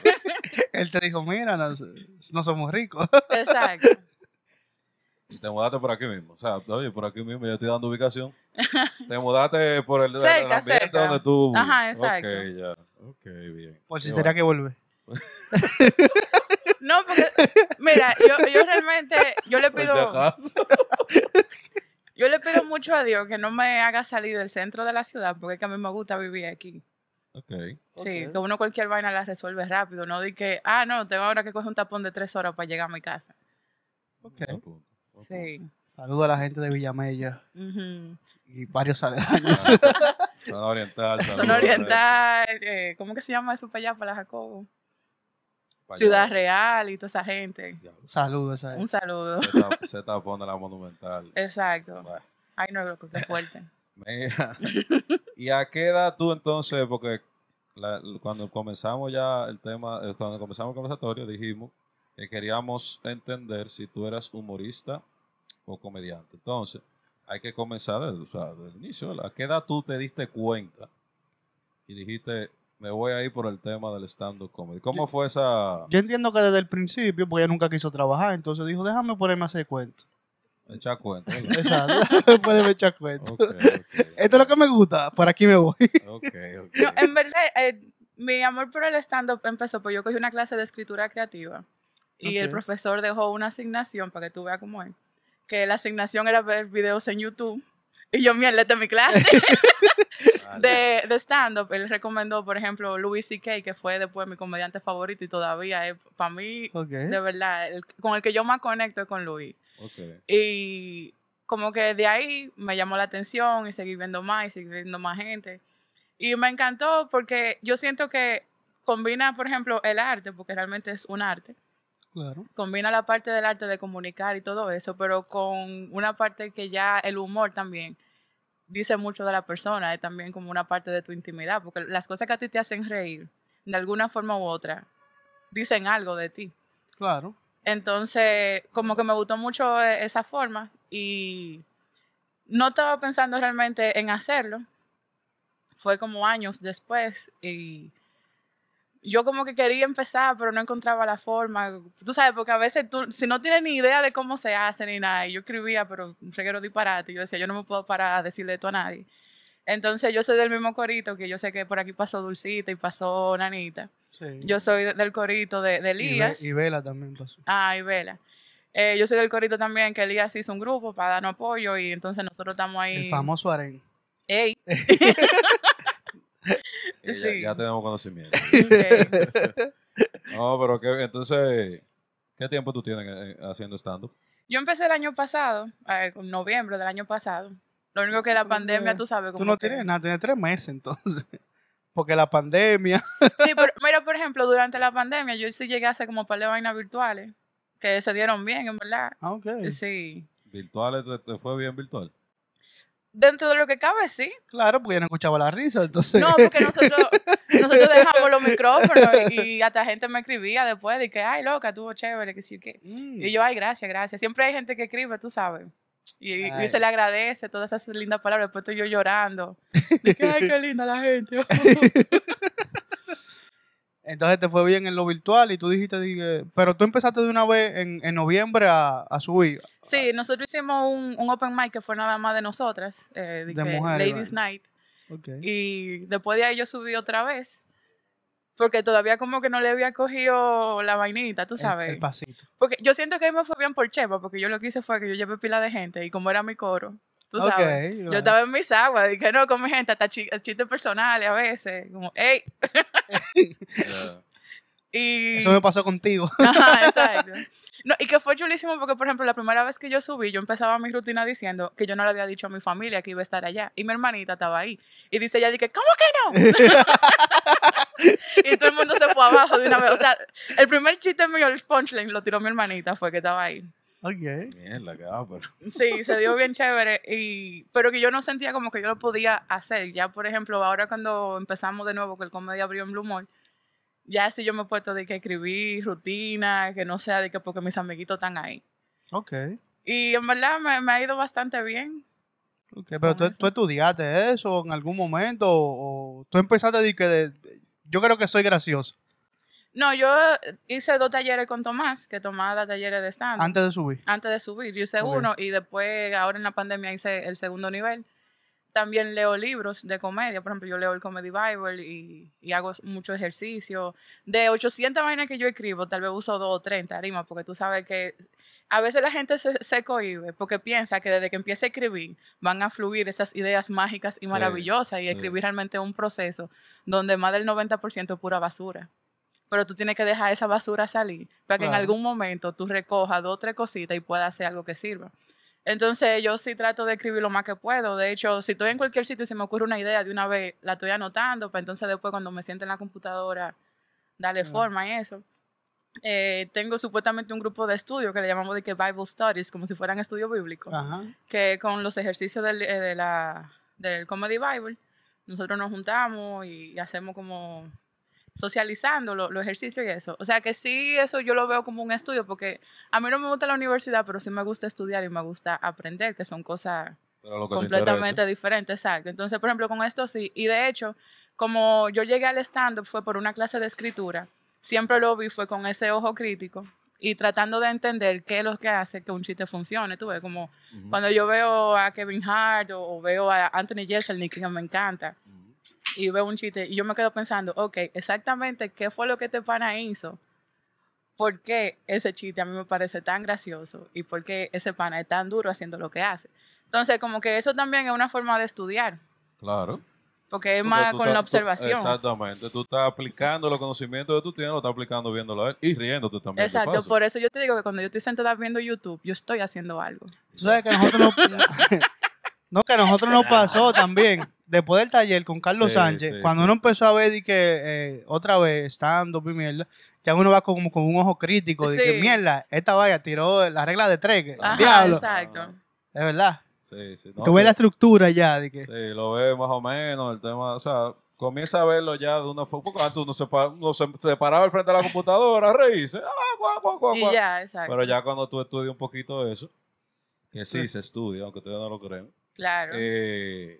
S3: Él te dijo, mira, no, no somos ricos.
S1: Exacto.
S2: Y te mudaste por aquí mismo. O sea, oye, por aquí mismo, yo estoy dando ubicación. Te mudaste por el, el
S1: Cerca,
S2: ambiente
S1: cerca.
S2: donde tú. vives.
S1: Ajá, exacto.
S2: Ok, ya. Ok, bien.
S3: Por si
S2: Qué
S3: tenía que volver.
S1: No, porque, mira, yo, yo realmente, yo le
S2: bueno. Por si
S1: pido,
S2: acaso.
S1: yo le pido mucho a Dios que no me haga salir del centro de la ciudad, porque es que a mí me gusta vivir aquí.
S2: Ok.
S1: Sí, que uno cualquier vaina la resuelve rápido, no di que, ah, no, tengo ahora que coger un tapón de tres horas para llegar a mi casa.
S3: Ok.
S2: Buen punto, buen
S1: Sí.
S3: Saludo a la gente de Villamella
S1: Ujú.
S3: y varios aledaños.
S2: punto. Ah, Zona oriental.
S1: Zona
S2: saludos,
S1: Oriental, eh, ¿cómo que se llama eso para allá, para Jacobo?
S2: eh, Para allá.
S1: Ciudad Real y toda esa gente.
S2: Diablo,
S3: Saludos a
S1: Un saludo.
S2: Se, tap- se tapó de la monumental.
S1: Exacto.
S2: Bueno.
S1: Ay, no, loco, qué fuerte.
S2: Mira, ¿y a qué edad tú entonces? Porque la- cuando comenzamos ya el tema, eh, cuando comenzamos el conversatorio, dijimos que queríamos entender si tú eras humorista o comediante. Entonces, hay que comenzar desde, o sea, desde el inicio. ¿verdad? ¿A qué edad tú te diste cuenta y dijiste, me voy a ir por el tema del stand-up comedy? ¿Cómo fue esa
S3: Yo entiendo que desde el principio, porque ella nunca quiso trabajar, entonces dijo, déjame ponerme a hacer cuentos.
S2: echar cuenta? ¿verdad?
S3: Exacto, ponerme a echar cuentos.
S2: Ok, ok.
S3: Esto es lo que me gusta, por aquí me voy.
S2: Ok, ok.
S1: No, en verdad, eh, mi amor por el stand-up empezó, pues yo cogí una clase de escritura creativa y el
S3: Ok.
S1: profesor dejó una asignación para que tú veas cómo es. Que la asignación era ver videos en YouTube. Y yo, mierda, esta es mi clase de, de stand-up. Él recomendó, por ejemplo, Louis C.K., que fue después mi comediante favorito y todavía es, para mí,
S3: Ok.
S1: de verdad, el- con el que yo más conecto es con Louis.
S2: Ok.
S1: Y como que de ahí me llamó la atención y seguí viendo más y seguí viendo más gente. Y me encantó porque yo siento que combina, por ejemplo, el arte, porque realmente es un arte,
S3: Claro.
S1: combina la parte del arte de comunicar y todo eso, pero con una parte que ya el humor también dice mucho de la persona, es también como una parte de tu intimidad, porque las cosas que a ti te hacen reír, de alguna forma u otra, dicen algo de ti.
S3: Claro.
S1: Entonces, como que me gustó mucho e- esa forma y no estaba pensando realmente en hacerlo. Fue como años después y yo como que quería empezar, pero no encontraba la forma. Tú sabes, porque a veces tú, si no tienes ni idea de cómo se hace ni nada, y yo escribía, pero un reguero disparate, yo decía, yo no me puedo parar a decirle esto a nadie. Entonces, yo soy del mismo corito que yo sé que por aquí pasó Dulcita y pasó Nanita.
S3: Sí.
S1: Yo soy de- del corito de, de
S3: Y Ve-
S1: Elías.
S3: Y Vela también pasó.
S1: Ah, y Vela. Eh, yo soy del corito también, que Elías hizo un grupo para darnos apoyo y entonces nosotros estamos ahí.
S3: El famoso harén.
S1: Ey,
S2: Eh, ya-
S1: Sí.
S2: Ya, tenemos conocimiento.
S1: ok.
S2: No, pero que, entonces, ¿qué tiempo tú tienes eh, haciendo stand-up?
S1: Yo empecé el año pasado, eh, en noviembre del año pasado. Lo único que la pandemia, tú sabes.
S3: Tú
S1: como
S3: no
S1: que-
S3: tienes nada, tienes tres meses entonces. Porque la pandemia.
S1: Sí, pero mira, por ejemplo, durante la pandemia yo sí llegué a hacer como un par de vainas virtuales que se dieron bien, en verdad.
S3: Ah, ok.
S1: Sí.
S2: ¿Virtuales? ¿Te, te fue bien virtual?
S1: Dentro de lo que cabe, sí.
S3: Claro, porque yo no escuchaba la risa, entonces.
S1: No, porque nosotros, nosotros dejamos los micrófonos y, y hasta gente me escribía después de que, ay, loca, estuvo chévere, que sí, que.
S3: Mm.
S1: Y yo, ay, gracias, gracias. Siempre hay gente que escribe, tú sabes. Y, y
S3: Ay.
S1: se le agradece todas esas lindas palabras. Después estoy yo llorando. De que, ay, qué linda la gente.
S3: Entonces te fue bien en lo virtual y tú dijiste, dije, pero tú empezaste de una vez en, en noviembre a, a subir.
S1: sí, nosotros hicimos un, un open mic que fue nada más de nosotras, eh, de
S3: De
S1: que
S3: mujeres,
S1: Ladies
S3: bueno.
S1: Night.
S3: Ok.
S1: Y después de ahí yo subí otra vez. Porque todavía como que no le había cogido la vainita, tú
S3: El-
S1: sabes.
S3: El, pasito.
S1: porque yo siento que ahí me fue bien por Chepa, porque yo lo que hice fue que yo llevé pila de gente y como era mi coro, tú
S3: Ok,
S1: sabes. Yo
S3: claro.
S1: estaba en mis aguas, dije, no, con mi gente, hasta chi- eh, chistes personales a veces, como, hey,
S2: Ya.
S1: y...
S3: Eso me pasó contigo.
S1: Ajá, exacto. No, y que fue chulísimo porque, por ejemplo, la primera vez que yo subí, yo empezaba mi rutina diciendo que yo no le había dicho a mi familia que iba a estar allá, y mi hermanita estaba ahí, y dice ella, dije, ¿cómo que no? y todo el mundo se fue abajo de una vez, o sea, el primer chiste mío, el punchline, lo tiró mi hermanita, fue que estaba ahí.
S3: Ok.
S2: Mierda, que ah, pero...
S1: Sí, se dio bien chévere, y, pero que yo no sentía como que yo lo podía hacer. Ya, por ejemplo, ahora cuando empezamos de nuevo, que el comedia abrió en Blue Mall, ya sí yo me he puesto de que escribir rutina, que no sea de que porque mis amiguitos están ahí.
S3: Ok.
S1: Y en verdad me, me ha ido bastante bien.
S3: ok. Pero tú,
S1: eso.
S3: tú estudiaste eso en algún momento o, o tú empezaste a decir que de- yo creo que soy gracioso
S1: No, yo hice dos talleres con Tomás, que Tomás da talleres de stand antes,
S3: antes de subir.
S1: de subir. Yo hice
S3: Ok.
S1: uno y después, ahora en la pandemia, hice el segundo nivel. También leo libros de comedia. Por ejemplo, yo leo el Comedy Bible y, y hago mucho ejercicio. De 800 vainas que yo escribo, tal vez uso dos o tres en tarima, porque tú sabes que a veces la gente se, se cohíbe porque piensa que desde que empieza a escribir van a fluir esas ideas mágicas y maravillosas y escribir realmente es un proceso donde más del 90% es pura basura. Pero tú tienes que dejar esa basura salir para que en
S3: Claro.
S1: algún momento tú recojas dos o tres cositas y puedas hacer algo que sirva. Entonces yo sí trato de escribir lo más que puedo. De hecho, si estoy en cualquier sitio y se me ocurre una idea de una vez, la estoy anotando para entonces después cuando me siente en la computadora darle
S3: Claro.
S1: forma y eso. Eh, tengo supuestamente un grupo de estudio que le llamamos de que Bible Studies, como si fueran estudio bíblico,
S3: Ajá.
S1: que con los ejercicios del, eh, de la, del Comedy Bible, nosotros nos juntamos y, y hacemos como socializando lo- los ejercicios y eso. O sea que sí, eso yo lo veo como un estudio, porque a mí no me gusta la universidad, pero sí me gusta estudiar y me gusta aprender, que son cosas
S2: Pero lo que te interesa.
S1: completamente diferente, exacto. Entonces, por ejemplo, con esto sí. Y de hecho, como yo llegué al stand-up fue por una clase de escritura, siempre lo vi fue con ese ojo crítico y tratando de entender qué es lo que hace que un chiste funcione. Tú ves, como
S2: Ujú,
S1: cuando yo veo a Kevin Hart o, o veo a Anthony Jeselnik, que me encanta,
S2: ujú.
S1: y veo un chiste y yo me quedo pensando, ok, exactamente qué fue lo que este pana hizo. ¿Por qué ese chiste a mí me parece tan gracioso? ¿Y por qué ese pana es tan duro haciendo lo que hace? Entonces, como que eso también es una forma de estudiar,
S2: Claro.
S1: porque es
S2: Porque
S1: más
S2: tú
S1: con
S2: estás-
S1: la
S2: tú-
S1: observación.
S2: exactamente. Tú estás aplicando los conocimientos que tú tienes, lo estás aplicando viéndolo a él y riéndote también.
S1: Exacto, por eso yo te digo que cuando yo estoy sentada viendo YouTube, yo estoy haciendo algo.
S3: Tú sabes que a nosotros nos, no, que a nosotros nos pasó también, después del taller con Carlos
S2: Sí,
S3: Sánchez,
S2: sí,
S3: cuando
S2: sí,
S3: uno
S2: sí.
S3: empezó a ver di que eh, otra vez estando y mierda, ya uno va como con un ojo crítico de que
S1: Sí.
S3: mierda, esta vaya tiró la regla de tres, que-
S1: Ajá,
S3: diablo,
S1: exacto.
S2: Ah.
S3: es verdad.
S2: Sí, sí. no,
S3: Tú ves
S2: que-
S3: la estructura ya de que
S2: Sí, lo ve más o menos, el tema, o sea, comienza a verlo ya de una forma, porque antes uno se, pa- uno se, se paraba al frente de la computadora, a reírse, ah, guau, guau, guau,
S1: Y
S2: guau.
S1: ya, exacto.
S2: pero ya cuando tú estudias un poquito eso, que sí
S3: Sí.
S2: se estudia, aunque todavía no lo creemos,
S1: claro.
S2: eh,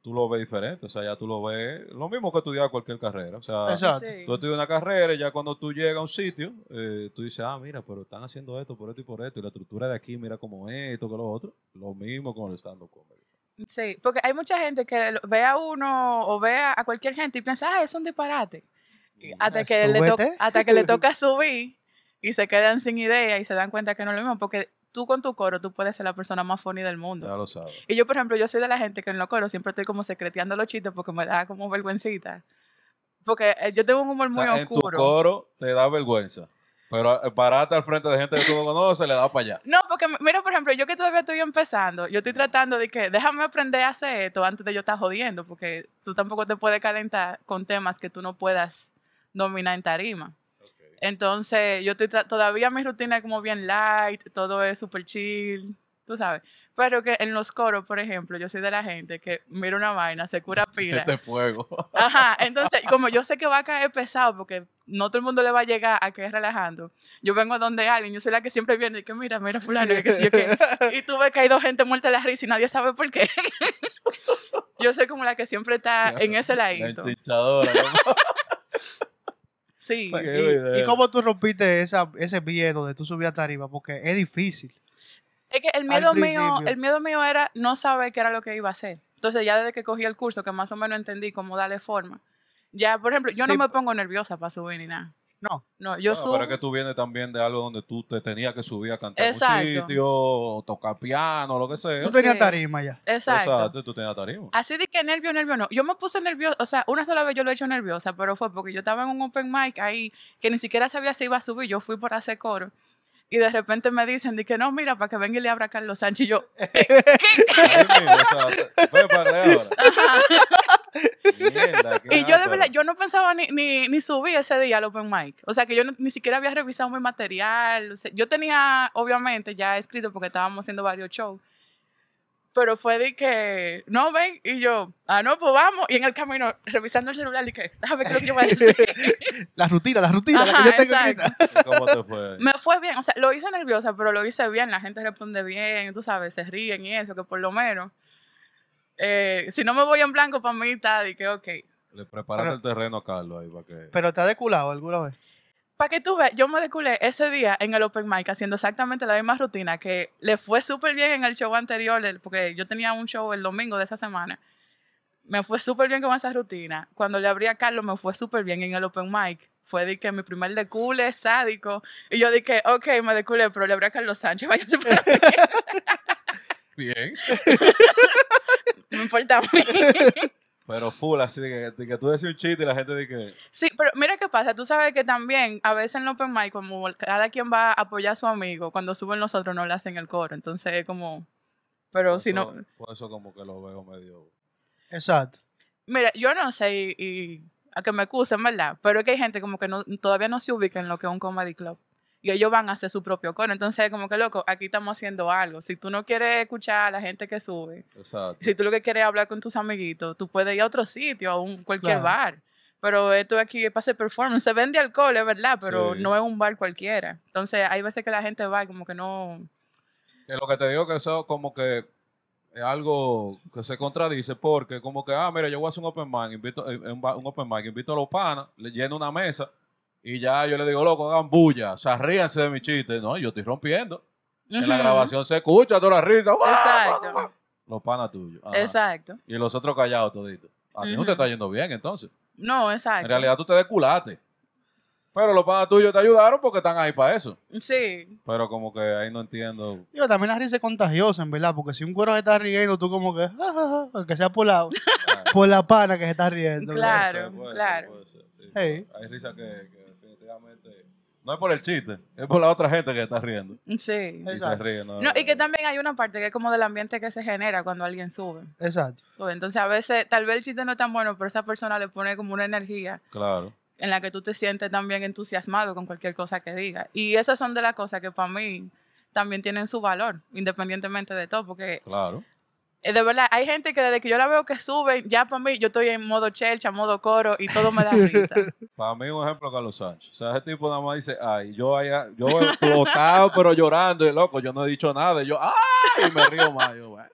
S2: tú lo ves diferente, o sea, ya tú lo ves, lo mismo que estudiar cualquier carrera, o sea,
S3: Exacto.
S1: Sí.
S2: tú estudias una carrera y ya cuando tú llegas a un sitio, eh, tú dices, ah, mira, pero están haciendo esto, por esto y por esto, y la estructura de aquí, mira como esto, que lo otro, lo mismo con el stand-up comedy.
S1: Sí, porque hay mucha gente que lo- ve a uno o ve a a cualquier gente y piensa, ah, es un disparate. Y Hasta que, le to-
S3: súbete.
S1: hasta que le toca subir y se quedan sin idea y se dan cuenta que no es lo mismo, porque tú con tu coro, tú puedes ser la persona más funny del mundo.
S2: Mm, Ya lo sabes.
S1: Y yo, por ejemplo, yo soy de la gente que en los coros siempre estoy como secreteando los chistes porque me da como vergüencita. Porque eh, yo tengo un humor
S2: O sea,
S1: muy
S2: en tu
S1: oscuro.
S2: coro te da vergüenza. Pero eh, pararte al frente de gente que tú no conoces, le da para allá.
S1: No, porque m- mira, por ejemplo, yo que todavía estoy empezando, yo estoy tratando de que déjame aprender a hacer esto antes de yo estar jodiendo, porque tú tampoco te puedes calentar con temas que tú no puedas dominar en tarima. Entonces, yo estoy tra- todavía mi rutina es como bien light, todo es super chill, tú sabes. Pero que en los coros, por ejemplo, yo soy de la gente que mira una vaina, se cura pila.
S2: Este fuego.
S1: Ajá, entonces, como yo sé que va a caer pesado, porque no todo el mundo le va a llegar a que es relajando, yo vengo donde alguien, yo soy la que siempre viene y que mira, mira fulano, que qué sé yo qué. Y tú ves que hay dos gente muerta de la risa y nadie sabe por qué. yo soy como la que siempre está en ese
S2: La
S1: ladito.
S2: enchichadora. ¿no?
S1: Sí.
S2: Qué
S3: pues, ¿Y,
S2: video.
S3: y cómo tú rompiste esa, ese miedo de tú subir a tarima? Porque es difícil.
S1: Es que el miedo mío,
S3: principio.
S1: el miedo mío era no saber qué era lo que iba a hacer. Entonces, ya desde que cogí el curso, que más o menos entendí cómo darle forma. Ya, por ejemplo, yo
S3: Sí.
S1: no me pongo nerviosa para subir ni nada.
S3: No.
S1: No, yo
S2: Ah,
S1: subo.
S2: Pero es que tú vienes también de algo donde tú te tenías que subir a cantar en
S1: Exacto.
S2: un sitio, o tocar piano, lo que sea.
S3: Tú
S1: Yo
S3: tenías
S1: sé.
S3: tarima ya.
S1: Exacto.
S2: y tú tenías tarima.
S1: Así de que nervio, nervio no. Yo me puse nerviosa, o sea, una sola vez yo lo he hecho nerviosa, pero fue porque yo estaba en un open mic ahí que ni siquiera sabía si iba a subir. Yo fui por hacer coro. Y de repente me dicen, de que no, mira, para que venga y le abra a Carlos Sánchez. Y yo,
S2: Ahí mismo, exacto. Ve para allá ahora.
S1: ajá.
S2: Mierda, qué
S1: y yo de
S2: ácaro.
S1: verdad, yo no pensaba ni, ni, ni subir ese día al open mic. O sea, que yo no- ni siquiera había revisado mi material. O sea, yo tenía, obviamente, ya escrito porque estábamos haciendo varios shows. Pero fue de que, no, ven, y yo, ah, no, pues vamos. Y en el camino, revisando el celular, dije, déjame ver qué es lo que yo voy a decir.
S3: La rutina, la rutina, la
S1: Ajá,
S3: que yo tengo
S1: exacto.
S3: escrita.
S2: ¿Y ¿Cómo te fue?
S1: Me fue bien, o sea, lo hice nerviosa, pero lo hice bien, la gente responde bien, tú sabes, se ríen y eso, que por lo menos, eh, si no me voy en blanco para mí, está, y que, ok.
S2: Le preparaste
S3: Pero-
S2: el terreno a Carlos ahí para que...
S3: Pero te ha deculado alguna vez.
S1: Para que tú veas, yo me desculé ese día en el open mic haciendo exactamente la misma rutina que le fue súper bien en el show anterior, el- porque yo tenía un show el domingo de esa semana. Me fue súper bien con esa rutina. Cuando le abrí a Carlos, me fue súper bien en el open mic. Fue de que mi primer decule sádico. Y yo dije, ok, me deculé, pero le abrí a Carlos Sánchez, vaya para mí.
S2: Bien.
S1: No importa a mí.
S2: Pero full, así de que, de que tú decías un chiste y la gente dice que...
S1: Sí, pero mira qué pasa. Tú sabes que también a veces en el open mic, como cada quien va a apoyar a su amigo, cuando suben los otros no le hacen el coro. Entonces es como... Pero
S2: por
S1: si no...
S2: eso- Por eso como que lo veo medio...
S3: Exacto.
S1: Mira, yo no sé y, y a que me acusen, ¿verdad? Pero es que hay gente como que no, todavía no se ubica en lo que es un comedy club. Y ellos van a hacer su propio coro. Entonces, como que loco, aquí estamos haciendo algo. Si tú no quieres escuchar a la gente que sube,
S2: Exacto.
S1: si tú lo que quieres es hablar con tus amiguitos, tú puedes ir a otro sitio, a un, cualquier
S3: Claro.
S1: bar. Pero esto aquí es para hacer performance. Se vende alcohol, es verdad, pero
S2: Sí.
S1: no es un bar cualquiera. Entonces, hay veces que la gente va y como que no.
S2: Que lo que te digo que eso como que es algo que se contradice porque como que, ah, mira, yo voy a hacer un open mic, invito, eh, un, ba- un open mic, invito a los panas, le lleno una mesa y ya yo le digo, loco, hagan bulla, o sea, ríanse de mi chiste. No, yo estoy rompiendo. En la
S1: Ujú.
S2: grabación se escucha toda la risa. ¡guau, guau, guau!
S1: Exacto.
S2: Los panas tuyos. ajá.
S1: Exacto.
S2: Y los otros callados toditos. A ti no te
S1: Ujú.
S2: está yendo bien, entonces.
S1: No, exacto.
S2: En realidad tú te desculaste. Pero los panas tuyos te ayudaron porque están ahí para eso.
S1: Sí.
S2: Pero como que ahí no entiendo.
S3: Digo, también la risa es contagiosa, en verdad, porque si un cuero se está riendo, tú como que, "Ja, ja, ja", aunque sea por la, por la pana que se está riendo.
S1: Claro.
S2: puede ser,
S1: claro.
S2: puede ser, sí.
S3: Hey.
S2: Hay risa que, que definitivamente no es por el chiste, es por la otra gente que está riendo.
S1: Sí.
S2: Y se
S3: Exacto.
S2: ríe, ¿no?
S1: No, y que también hay una parte que es como del ambiente que se genera cuando alguien sube.
S3: Exacto.
S1: Pues, Entonces, a veces, tal vez el chiste no es tan bueno, pero esa persona le pone como una energía
S2: Claro.
S1: en la que tú te sientes también entusiasmado con cualquier cosa que diga. Y esas son de las cosas que para mí también tienen su valor, independientemente de todo, porque
S2: Claro.
S1: eh, de verdad hay gente que desde que yo la veo que sube, ya para mí yo estoy en modo chelcha, modo coro y todo me da risa.
S2: Para mí, un ejemplo, Carlos Sánchez. O sea, ese tipo nada más dice, ay, yo allá, yo explotado, pero llorando, y loco, yo no he dicho nada. Y yo, ay, y me río más. Yo, bueno.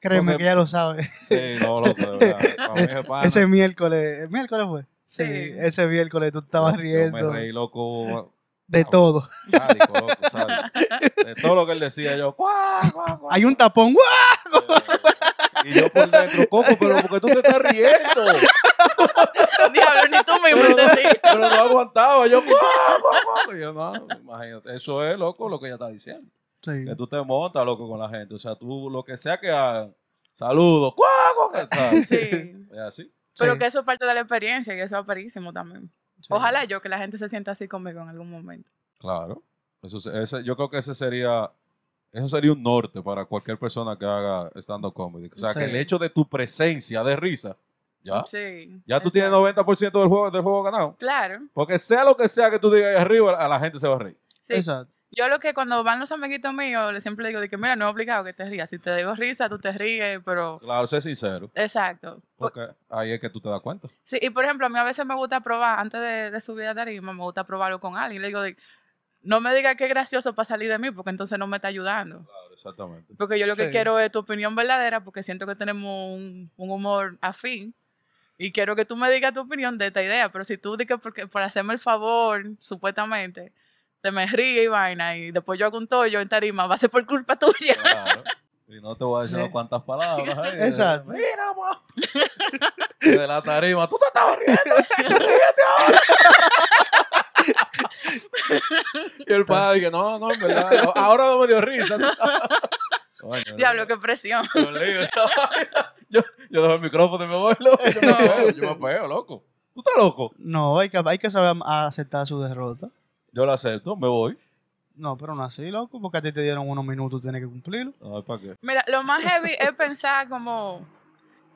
S3: Créeme
S2: Porque-
S3: que ya lo sabes.
S2: Sí, no, loco, de verdad. Para mí, es pana.
S3: Ese miércoles, ¿el miércoles fue?
S1: Sí.
S3: Ese miércoles tú estabas
S2: Yo
S3: riendo
S2: me reí, loco,
S3: de todo.
S2: sádico, loco, sádico. De todo lo que él decía, yo, guau, guau, guau.
S3: Hay un tapón, ¡guau!
S2: Y yo por dentro, Coco, pero porque tú te estás riendo.
S1: Diablo, ni tú mismo entendí.
S2: Pero no aguantaba. Yo, "Guau, guau, guau". Y yo, no, imagínate. Eso es, loco, lo que ella está diciendo.
S3: Sí.
S2: Que tú te montas, loco, con la gente. O sea, tú, lo que sea que hagan, saludos, guau, guau, que tal.
S1: Sí.
S2: Es así.
S1: Pero
S3: Sí.
S1: que eso es parte de la experiencia y que eso es parísimo también. Ojalá yo que la gente se sienta así conmigo en algún momento.
S2: Claro. Eso, se- ese- yo creo que ese sería... Eso sería un norte para cualquier persona que haga stand-up comedy. O sea, que
S3: Sí.
S2: el hecho de tu presencia de risa, ya,
S1: Sí.
S2: Ah, ya tú
S1: exacto.
S2: tienes 90% del juego, del juego ganado.
S1: Claro.
S2: Porque sea lo que sea que tú digas ahí arriba, a la gente se va a reír.
S1: Sí.
S3: Exacto.
S1: Yo lo que cuando van los amiguitos míos, les siempre digo de que mira, no es obligado que te rías. Si te digo risa, tú te ríes, pero
S2: Claro, sé sincero.
S1: exacto. Por-
S2: Porque ahí es que tú te das cuenta.
S1: Sí, y por ejemplo, a mí a veces me gusta probar, antes de, de subir a tarima, me gusta probarlo con alguien. Le digo, de- no me digas que es gracioso para salir de mí, porque entonces no me está ayudando.
S2: Claro, exactamente.
S1: Porque yo lo que
S3: Sí.
S1: quiero es tu opinión verdadera, porque siento que tenemos un, un humor afín. Y quiero que tú me digas tu opinión de esta idea. Pero si tú dices porque por hacerme el favor, supuestamente, te me ríes y vaina, y después yo hago un tollo en tarima, va a ser por culpa tuya.
S2: Claro. Y no te voy a decir
S3: Sí.
S2: unas cuantas palabras. ahí.
S3: Exacto.
S2: Mira, amor. De la tarima. Tú te estabas riendo. Ríete ahora. y el padre dice, no, no, en verdad. Ahora no me dio risa. Coño,
S1: Diablo, qué presión.
S2: Yo, le- yo, yo dejo el micrófono y me voy, loco. Yo me
S1: No.
S2: apeo, yo me apeo, loco. ¿Tú estás loco?
S3: No, hay que, hay que saber am- aceptar su derrota.
S2: Yo lo acepto, me voy.
S3: No, pero no así, loco, porque a ti te dieron unos minutos, tienes que cumplirlo.
S2: No, ¿para qué?
S1: Mira, lo más heavy es pensar como.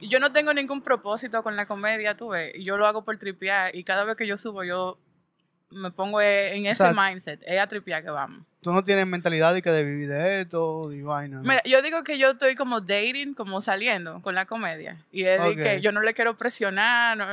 S1: Yo no tengo ningún propósito con la comedia, tú ves. y Yo lo hago por tripear. Y cada vez que yo subo, yo me pongo eh, en ese
S3: Exacto.
S1: mindset. Es a tripear que vamos.
S3: Tú no tienes mentalidad de que de vivir de esto, y vaina. ¿no?
S1: Mira, yo digo que yo estoy como dating, como saliendo con la comedia. Y es de
S3: Ok.
S1: que yo no le quiero presionar, no-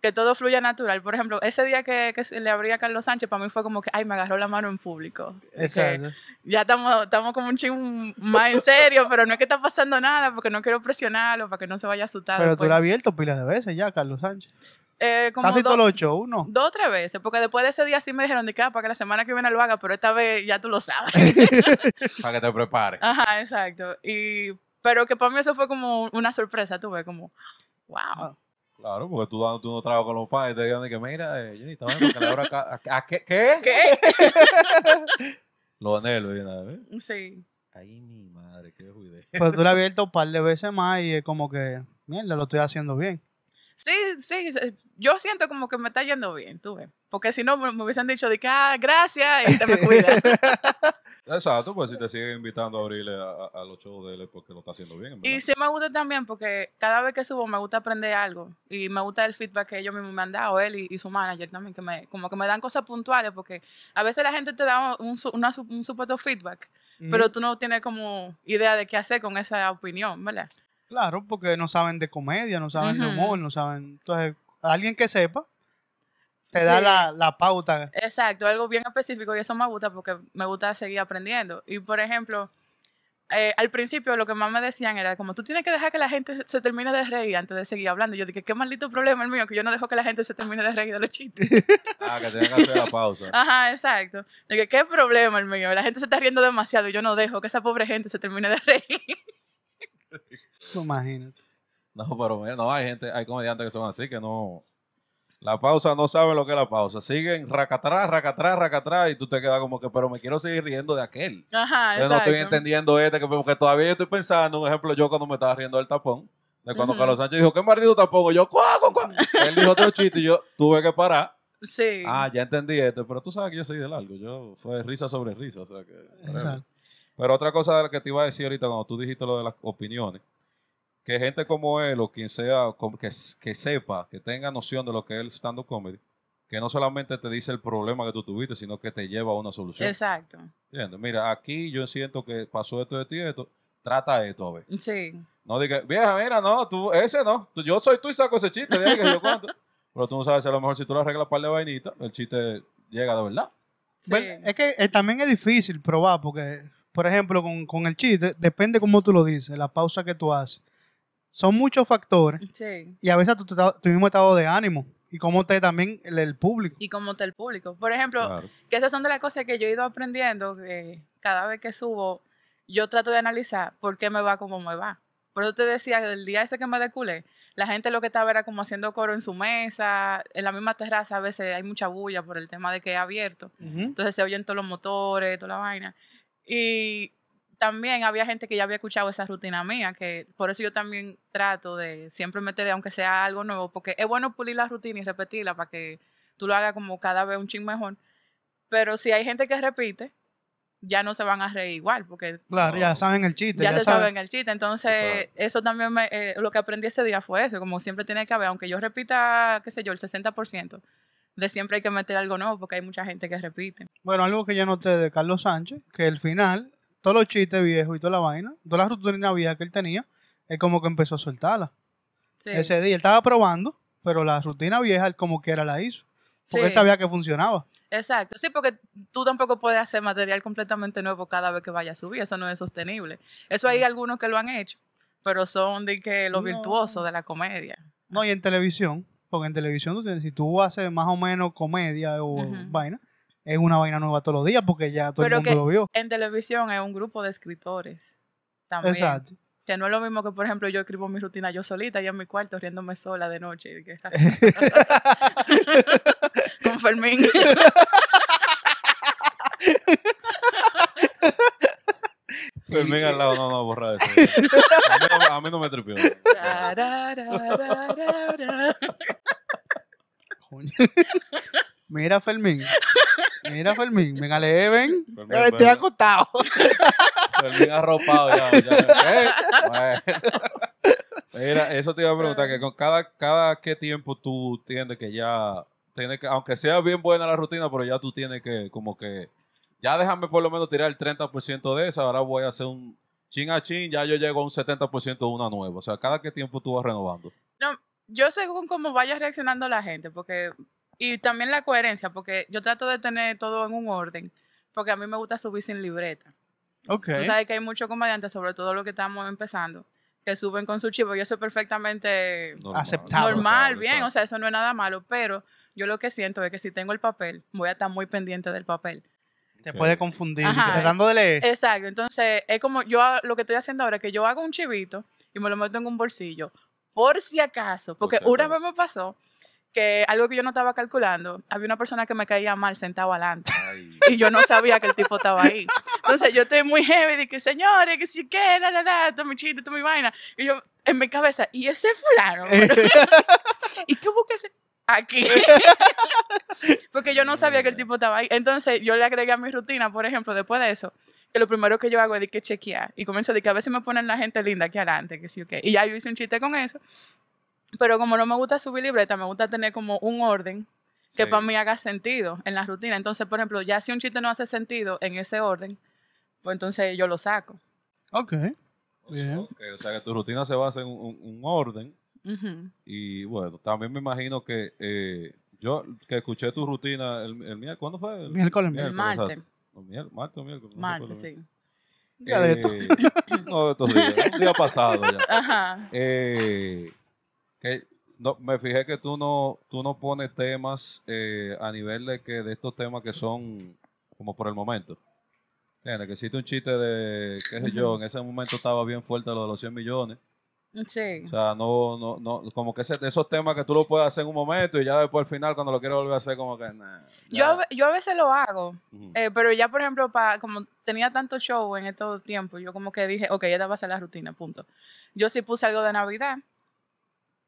S1: que todo fluya natural. Por ejemplo, ese día que, que se le abrí a Carlos Sánchez, para mí fue como que, ay, me agarró la mano en público. Que
S3: Exacto.
S1: Ya estamos, estamos como un ching más en serio, pero no es que está pasando nada, porque no quiero presionarlo para que no se vaya asustado.
S3: Pero tú la has abierto pilas de veces ya, Carlos Sánchez.
S1: Eh, como
S3: Casi
S1: dos,
S3: todos los shows, ¿no?
S1: dos o tres veces, porque después de ese día sí me dijeron de que, "Ah, para que la semana que viene lo haga, pero esta vez ya tú lo sabes.
S2: Para que te prepares.
S1: Ajá, exacto. Y, pero que para mí eso fue como una sorpresa, tuve como, wow.
S2: Claro, porque tú dando tú no trabajas con los padres, te digan de que mira, eh, Jenny, está bien, porque le abro acá. ¿A, a qué? ¿Qué?
S1: ¿Qué?
S2: Lo anhelo, y nada, ¿eh?
S1: Sí.
S2: Ay, mi madre, qué juidez.
S3: Pero Pues tú la has abierto un par de veces más y es como que, mierda, lo estoy haciendo bien.
S1: Sí, sí, se- yo siento como que me está yendo bien, tuve. Porque si no, me me hubiesen dicho de que, ah, gracias, y te me cuida.
S2: Exacto, pues si te siguen invitando a abrirle a, a- a los shows de él es porque lo está haciendo bien, en ¿verdad?
S1: Y sí me gusta también porque cada vez que subo me gusta aprender algo y me gusta el feedback que ellos mismos me han dado, él y, y su manager también, que me, como que me dan cosas puntuales porque a veces la gente te da un, su- una su- un supuesto feedback, pero tú no tienes como idea de qué hacer con esa opinión, ¿verdad?
S3: Claro, porque no saben de comedia, no saben de
S1: Ujú.
S3: humor, no saben. Entonces, alguien que sepa te da
S1: Sí.
S3: la, la pauta.
S1: Exacto, algo bien específico y eso me gusta porque me gusta seguir aprendiendo. Y por ejemplo, eh, al principio lo que más me decían era como, tú tienes que dejar que la gente se, se termine de reír antes de seguir hablando. Yo dije, qué maldito problema el mío, que yo no dejo que la gente se termine de reír de los chistes.
S2: Ah, que tengan que hacer la pausa.
S1: Ajá, exacto. Dije, qué problema el mío, la gente se está riendo demasiado y yo no dejo que esa pobre gente se termine de reír.
S3: No, Imagínate.
S2: No, pero mira, no, hay gente, hay comediantes que son así, que no. La pausa no saben lo que es la pausa. Siguen racatrá, racatrá, racatrá, y tú te quedas como que, pero me quiero seguir riendo de aquel.
S1: Ajá,
S2: Yo
S1: exacto.
S2: no estoy entendiendo este, que, porque todavía yo estoy pensando, un ejemplo, yo cuando me estaba riendo del tapón, de cuando
S1: Ujú.
S2: Carlos Sánchez dijo, ¿qué maldito tapón? Y yo, cuá, cuá, cuá. Él dijo otro chiste y yo tuve que parar.
S1: Sí.
S2: Ah, ya entendí esto, pero tú sabes que yo soy de largo. Yo fue risa sobre risa, o sea que. whatever.
S3: Exacto.
S2: Pero otra cosa de la que te iba a decir ahorita cuando tú dijiste lo de las opiniones, que gente como él o quien sea, como que, que sepa, que tenga noción de lo que es el stand-up comedy, que no solamente te dice el problema que tú tuviste, sino que te lleva a una solución.
S1: Exacto.
S2: ¿Entiendes? Mira, aquí yo siento que pasó esto, esto y esto, trata esto a ver.
S1: Sí.
S2: No digas, vieja, mira, no, tú, ese no, tú- yo soy tú y saco ese chiste, de ahí que yo cuento". Pero tú no sabes, a lo mejor si tú le arreglas un par de vainitas, el chiste llega de verdad.
S1: sí.
S3: Bueno, es que eh, también es difícil probar, porque, por ejemplo, con, con el chiste, depende cómo tú lo dices, la pausa que tú haces. Son muchos factores
S1: Sí.
S3: y a veces tu, tu- tu mismo estado de ánimo y cómo te también el, el público.
S1: Y como está el público. Por ejemplo,
S2: Claro.
S1: que esas son de las cosas que yo he ido aprendiendo, que cada vez que subo, yo trato de analizar por qué me va como me va. Por eso te decía, del día ese que me deculé, la gente lo que estaba era como haciendo coro en su mesa, en la misma terraza a veces hay mucha bulla por el tema de que es abierto. Entonces se oyen todos los motores, toda la vaina. Y también había gente que ya había escuchado esa rutina mía, que por eso yo también trato de siempre meter, aunque sea algo nuevo, porque es bueno pulir la rutina y repetirla para que tú lo hagas como cada vez un ching mejor. Pero si hay gente que repite, ya no se van a reír igual, porque
S3: Claro, ya saben el chiste.
S1: ya,
S3: Ya,
S1: se
S3: saben.
S1: saben el chiste. Entonces, eso también me, eh, lo que aprendí ese día fue eso, como siempre tiene que haber, aunque yo repita, qué sé yo, el 60%, de siempre hay que meter algo nuevo, porque hay mucha gente que repite.
S3: Bueno, algo que yo noté de Carlos Sánchez, que el final, todos los chistes viejos y toda la vaina, todas las rutinas viejas que él tenía, es como que empezó a soltarla.
S1: Sí.
S3: Ese día él estaba probando, pero la rutina vieja él como quiera la hizo, porque él
S1: Sí,
S3: sabía que funcionaba.
S1: Exacto, sí, porque tú tampoco puedes hacer material completamente nuevo cada vez que vaya a subir, eso no es sostenible. Eso hay algunos que lo han hecho, pero son de que los
S3: No.
S1: virtuosos de la comedia.
S3: No, y en televisión, porque en televisión tú tienes- si tú haces más o menos comedia o
S1: Ujú.
S3: vaina, es una vaina nueva todos los días porque ya todo
S1: Pero
S3: el mundo
S1: que-
S3: lo vio.
S1: En televisión es un grupo de escritores también.
S3: Exacto.
S1: Que no es lo mismo que, por ejemplo, yo escribo mi rutina yo solita, yo en mi cuarto riéndome sola de noche. y que- Con Fermín.
S2: Fermín al lado, no, no, borra eso. A mí no, a mí no me tripió.
S1: Tararararara.
S3: Coño. Mira, Fermín. Mira, Fermín. Ven, Ale, ven.
S2: Fermín,
S3: Eh, Estoy
S2: ven.
S3: acostado.
S2: Fermín arropado ya. ya. ¿Eh? Bueno. Mira, eso te iba a preguntar, que con cada, cada qué tiempo tú tienes que ya, tienes que, aunque sea bien buena la rutina, pero ya tú tienes que, como que, ya déjame por lo menos tirar el 30% de esa, ahora voy a hacer un chin a chin, ya yo llego a un 70% de una nueva. O sea, cada qué tiempo tú vas renovando.
S1: yo según cómo vaya reaccionando la gente, porque y también la coherencia, porque yo trato de tener todo en un orden, porque a mí me gusta subir sin libreta.
S3: Ok.
S1: Tú sabes que hay muchos comediantes, sobre todo los que estamos empezando, que suben con su chivo y eso es perfectamente
S2: Normal.
S3: Aceptable.
S1: normal, bien, o sea, eso no es nada malo, pero yo lo que siento es que si tengo el papel, voy a estar muy pendiente del papel.
S3: Te
S2: Ok.
S3: puede confundir.
S1: Ajá.
S3: Tratando de leer.
S1: Exacto, entonces es como yo ha- lo que estoy haciendo ahora, es que yo hago un chivito y me lo meto en un bolsillo, por si acaso, porque
S2: Por si
S1: una
S2: acaso.
S1: vez me pasó que algo que yo no estaba calculando, había una persona que me caía mal sentado adelante
S2: Ay.
S1: y yo no sabía que el tipo estaba ahí. Entonces yo estoy muy heavy, de que señores, que si qué, la, la, la, esto es mi chiste, esto es mi vaina. Y yo en mi cabeza, y ese fulano, ¿y qué busca ese? Aquí. Porque yo no sabía que el tipo estaba ahí. Entonces yo le agregué a mi rutina, por ejemplo, después de eso, que lo primero que yo hago es de que chequear. Y comienzo de que a veces me ponen la gente linda aquí adelante, que sí, ok. Y ya yo hice un chiste con eso. Pero como no me gusta subir libreta, me gusta tener como un orden que
S2: Sí.
S1: para mí haga sentido en la rutina. Entonces, por ejemplo, ya si un chiste no hace sentido en ese orden, pues entonces yo lo saco.
S3: Ok. Bien.
S2: Ok, o sea, que tu rutina se basa en un- un orden.
S1: Ujú.
S2: Y bueno, también me imagino que eh, yo que escuché tu rutina el, el miércoles, ¿cuándo fue?
S3: Miércoles.
S1: El
S2: Miércoles,
S1: martes,
S2: exacto. O mier- martes o miércoles. no
S1: martes,
S2: recuerdo bien.
S1: sí.
S3: Ya de esto.
S2: Eh, no, de estos días. Un día pasado ya.
S1: Ajá.
S2: Eh, que no, me fijé que tú no, tú no pones temas eh, a nivel de que de estos temas que son como por el momento. Entiendes, que hiciste un chiste de, qué sé yo, en ese momento estaba bien fuerte lo de los 100 millones.
S1: Sí.
S2: O sea, no, no, no, como que ese- de esos temas que tú lo puedes hacer en un momento y ya después al final cuando lo quieres volver a hacer como que... nah,
S1: Yo,
S2: ya.
S1: a ve- yo a veces lo hago,
S2: Ujú.
S1: eh, pero ya, por ejemplo, pa, como tenía tanto show en estos tiempos, yo como que dije, ok, esta va a ser la rutina, punto. Yo sí puse algo de Navidad,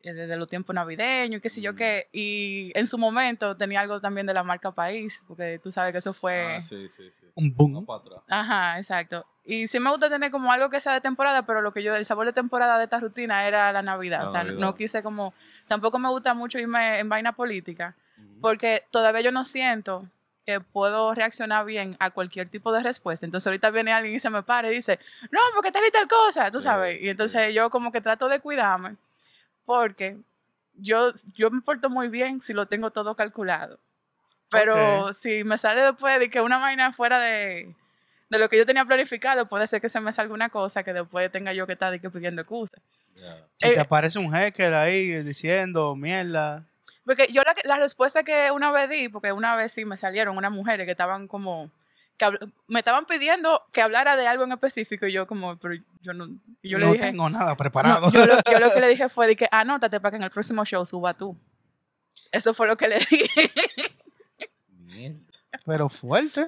S1: eh, desde los tiempos navideños, qué sé yo
S2: Mm.
S1: qué, y en su momento tenía algo también de la marca País, porque tú sabes que eso fue...
S2: Ah, sí, sí, sí.
S3: Un
S2: No
S3: boom.
S2: para atrás.
S1: Ajá, exacto. Y sí me gusta tener como algo que sea de temporada, pero lo que yo, el sabor de temporada de esta rutina era la Navidad.
S2: La
S1: o sea,
S2: Navidad.
S1: no quise como, tampoco me gusta mucho irme en vaina política,
S2: Ujú.
S1: porque todavía yo no siento que puedo reaccionar bien a cualquier tipo de respuesta. Entonces ahorita viene alguien y se me para y dice, no, porque tal y tal cosa, tú
S2: Sí,
S1: sabes.
S2: sí.
S1: Y entonces yo como que trato de cuidarme, porque yo, yo me porto muy bien si lo tengo todo calculado. Pero si me sale después de que una vaina fuera de, de lo que yo tenía planificado, puede ser que se me salga una cosa que después tenga yo que estar de que pidiendo excusa.
S2: Ya.
S3: Si te
S1: eh.
S3: aparece un hacker ahí diciendo mierda.
S1: Porque yo la, que- la respuesta que una vez di, porque una vez sí me salieron unas mujeres que estaban como, que habl- me estaban pidiendo que hablara de algo en específico y yo como, pero yo no, y yo
S3: no
S1: le dije,
S3: tengo nada
S1: no,
S3: preparado.
S1: yo, lo, yo lo que le dije fue de que anótate para que en el próximo show suba tú. Eso fue lo que le dije.
S3: Pero fuerte.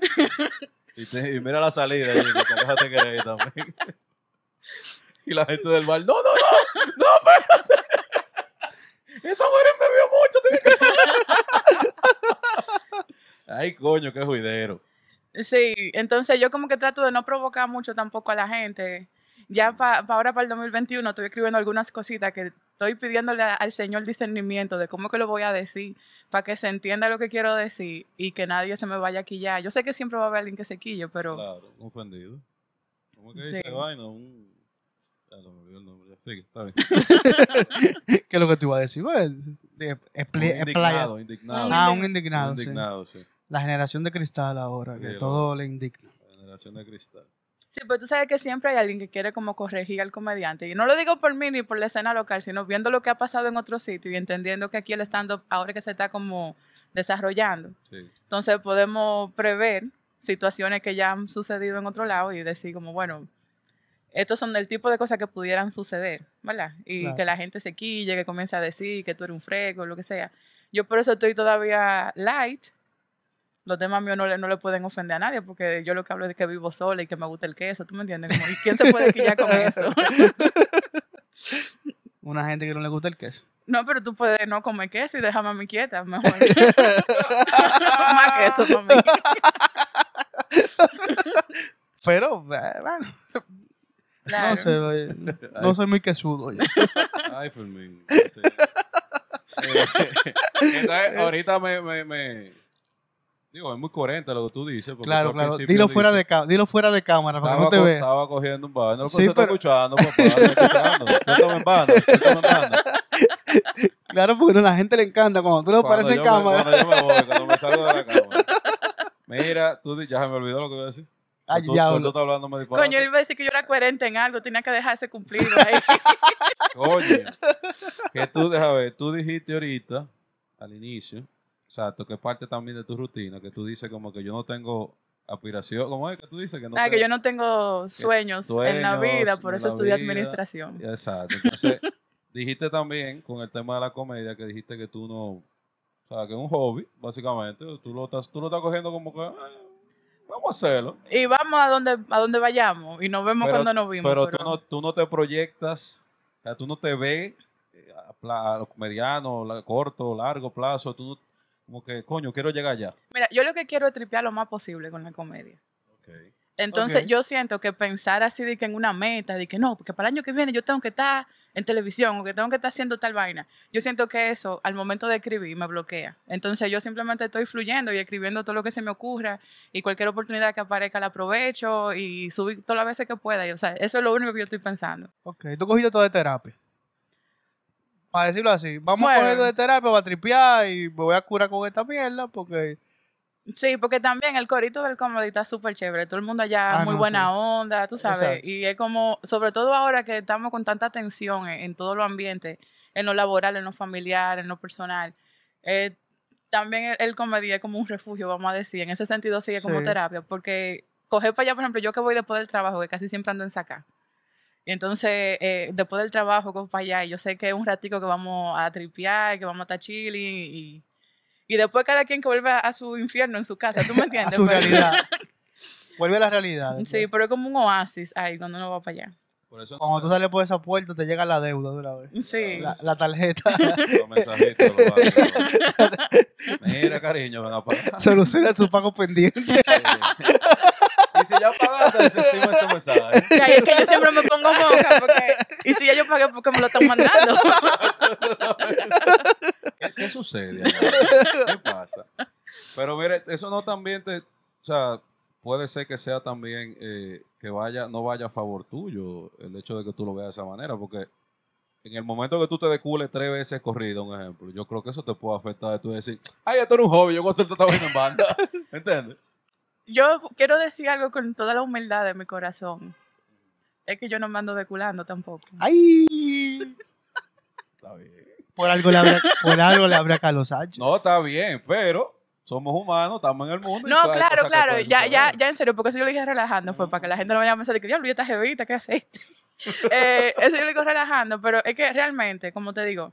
S2: Y, te- y mira la salida, y digo, que déjate querer ahí también. y la gente del bar, no, no, no, no, espérate. Esa mujer me vio mucho, tiene que Ay, coño, qué juidero.
S1: Sí, entonces yo como que trato de no provocar mucho tampoco a la gente. Ya para ahora, para el 2021, estoy escribiendo algunas cositas que estoy pidiéndole a- al Señor discernimiento de cómo que lo voy a decir, para que se entienda lo que quiero decir y que nadie se me vaya a quillar. Yo sé que siempre va a haber alguien que se quille, pero
S2: Claro, ofendido. ¿Cómo que
S1: Sí.
S2: dice vaina? Un... Ya lo me olvidó el nombre. ya. Sigue, está bien.
S3: ¿Qué es lo que te iba a decir? Pues, de-
S2: Un
S3: expli-
S2: indignado,
S3: explaya-
S2: indignado.
S3: eh, Ah, un
S1: Un
S3: indignado.
S2: Un
S3: sí.
S2: indignado, sí.
S3: La generación de cristal ahora,
S2: Sí,
S3: que
S2: lo-
S3: todo le indigna.
S2: La generación de cristal.
S1: sí, pues tú sabes que siempre hay alguien que quiere como corregir al comediante. Y no lo digo por mí ni por la escena local, sino viendo lo que ha pasado en otro sitio y entendiendo que aquí el stand-up ahora que se está como desarrollando.
S2: Sí.
S1: Entonces podemos prever situaciones que ya han sucedido en otro lado y decir como, bueno, estos son el tipo de cosas que pudieran suceder, ¿verdad? Y
S3: Claro.
S1: que la gente se quille, que comience a decir que tú eres un freco, lo que sea. Yo por eso estoy todavía light. Los temas míos no le, no le pueden ofender a nadie porque yo lo que hablo es de que vivo sola y que me gusta el queso, ¿tú me entiendes? Como, ¿Y quién se puede quillar con eso?
S3: Una gente que no le gusta el queso.
S1: No, pero tú puedes no comer queso y déjame a mí quieta, mejor. Más queso para mí.
S3: Pero, eh, bueno,
S1: Claro.
S3: no sé, eh, no soy muy quesudo. yo.
S2: Ay, Fermín. sí. Eh,
S3: Eh.
S2: Entonces, ahorita me, me, me- Digo, es muy coherente lo que tú dices. porque tú
S3: Claro,
S2: al
S3: claro.
S2: principio
S3: Dilo fuera,
S2: dices,
S3: de ca- dilo fuera de cámara para que
S2: Estaba,
S3: no te
S2: co-
S3: vean.
S2: estaba cogiendo un baño. No lo
S3: Sí,
S2: sí, estoy
S3: pero-
S2: escuchando, papá. Estoy escuchando. Suéltame en vano, suéltame en vano.
S3: Claro, porque no, a la gente le encanta cuando tú le
S2: Cuando
S3: apareces en
S2: yo me-
S3: cámara.
S2: Cuando yo me voy, cuando me salgo de la cámara. Mira, tú di- ya se me olvidó lo que iba a decir.
S3: Ay,
S2: tú,
S3: ya,
S2: tú, tú estás hablando más disparate.
S1: Coño, él iba a decir que yo era coherente en algo, tenía que dejarse cumplir. ahí.
S2: Oye, que tú, déjame ver, tú dijiste ahorita, al inicio, exacto, que parte también de tu rutina, que tú dices como que yo no tengo aspiración, ¿cómo es que tú dices que no
S1: Ah,
S2: te-
S1: que yo no tengo sueños, en la vida,
S2: sueños,
S1: por
S2: en
S1: eso
S2: la
S1: estudié
S2: vida.
S1: administración.
S2: Exacto, entonces, dijiste también con el tema de la comedia, que dijiste que tú no, o sea, que es un hobby, básicamente, tú lo estás, tú lo estás cogiendo como que, "Ah, vamos a hacerlo.
S1: Y vamos a donde a donde vayamos y nos vemos
S2: Pero-
S1: cuando nos vimos.
S2: Pero, tú, no, tú no te proyectas, o sea, tú no te ves eh, a, pla- a lo mediano, la- corto, largo plazo, tú no- como que, coño, quiero llegar allá.
S1: Mira, yo lo que quiero es tripear lo más posible con la comedia.
S2: Okay.
S1: Entonces
S3: Ok.
S1: yo siento que pensar así de que en una meta, de que no, porque para el año que viene yo tengo que estar en televisión o que tengo que estar haciendo tal vaina. Yo siento que eso al momento de escribir me bloquea. Entonces yo simplemente estoy fluyendo y escribiendo todo lo que se me ocurra y cualquier oportunidad que aparezca la aprovecho y subir todas las veces que pueda. Y, o sea, eso es lo único que yo estoy pensando.
S3: Ok, tú cogiste todo de terapia. Para decirlo así, vamos a
S1: Bueno.
S3: coger todo de terapia para tripear y me voy a curar con esta mierda porque
S1: Sí, porque también el corito del comedy está súper chévere. Todo el mundo allá
S3: Ah,
S1: muy
S3: no,
S1: buena
S3: sí.
S1: onda, tú sabes.
S3: Exacto.
S1: Y es como, sobre todo ahora que estamos con tanta tensión en, en todos los ambientes, en lo laboral, en lo familiar, en lo personal. eh, también el, el comedy es como un refugio, vamos a decir. En ese sentido sigue como
S3: Sí.
S1: terapia, porque coger para allá, por ejemplo, yo que voy después del trabajo, que casi siempre ando en sacar. Y entonces, eh, después del trabajo, cojo para allá. Y yo sé que es un ratico que vamos a tripear, que vamos a estar chilling y... Y después cada quien que vuelve a- a su infierno en su casa, ¿tú me
S3: a
S1: entiendes?
S3: su
S1: Pero-
S3: realidad. Vuelve a la realidad. después.
S1: Sí, pero es como un oasis ahí cuando uno va para allá.
S2: Por eso
S3: Cuando tú sales por esa puerta, te llega la deuda de una vez.
S1: Sí.
S3: La, la tarjeta.
S2: los mensajitos. los barrios. Mira, cariño, ven a pagar.
S3: Soluciona tu pago pendiente.
S2: Y si ya pagaste, desestima ese mensaje. ¿eh?
S1: Y ahí es que yo siempre me pongo boca porque... Y si ya yo pagué, porque me lo están mandando?
S2: ¿Qué, qué sucede? acá? ¿Qué pasa? Pero mire, eso no también te... O sea, puede ser que sea también eh, que vaya, no vaya a favor tuyo el hecho de que tú lo veas de esa manera, porque en el momento que tú te decules tres veces corrido, un ejemplo, yo creo que eso te puede afectar de tú decir, ay, esto era un hobby, yo voy a hacer esta vaina en banda. ¿Entiendes?
S1: Yo quiero decir algo con toda la humildad de mi corazón. Es que yo no me ando deculando tampoco.
S3: ¡Ay!
S2: Está bien.
S3: Por algo le habrá, por algo le habrá a Carlos Sánchez.
S2: No, está bien, pero somos humanos, estamos en el mundo. y
S1: No,
S2: hay cosas
S1: claro,
S2: que
S1: claro.
S2: pueden
S1: Ya, ya,
S2: suceder.
S1: ya en serio, porque eso yo lo dije relajando, fue para que la gente no vaya a pensar de que diablo, y esta jevita, ¿qué hace este? Eh, eso yo lo digo relajando, pero es que realmente, como te digo,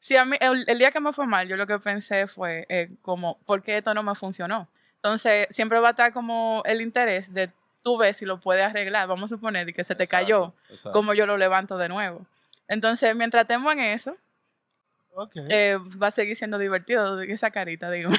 S1: si a mí, el, el día que me fue mal, yo lo que pensé fue eh, como, ¿por qué esto no me funcionó? Entonces, siempre va a estar como el interés de tú ves si lo puedes arreglar. Vamos a suponer de que se te
S2: Exacto,
S1: cayó,
S2: exacto.
S1: como yo lo levanto de nuevo. Entonces, mientras estemos en eso,
S3: Ok.
S1: eh, va a seguir siendo divertido esa carita, digo.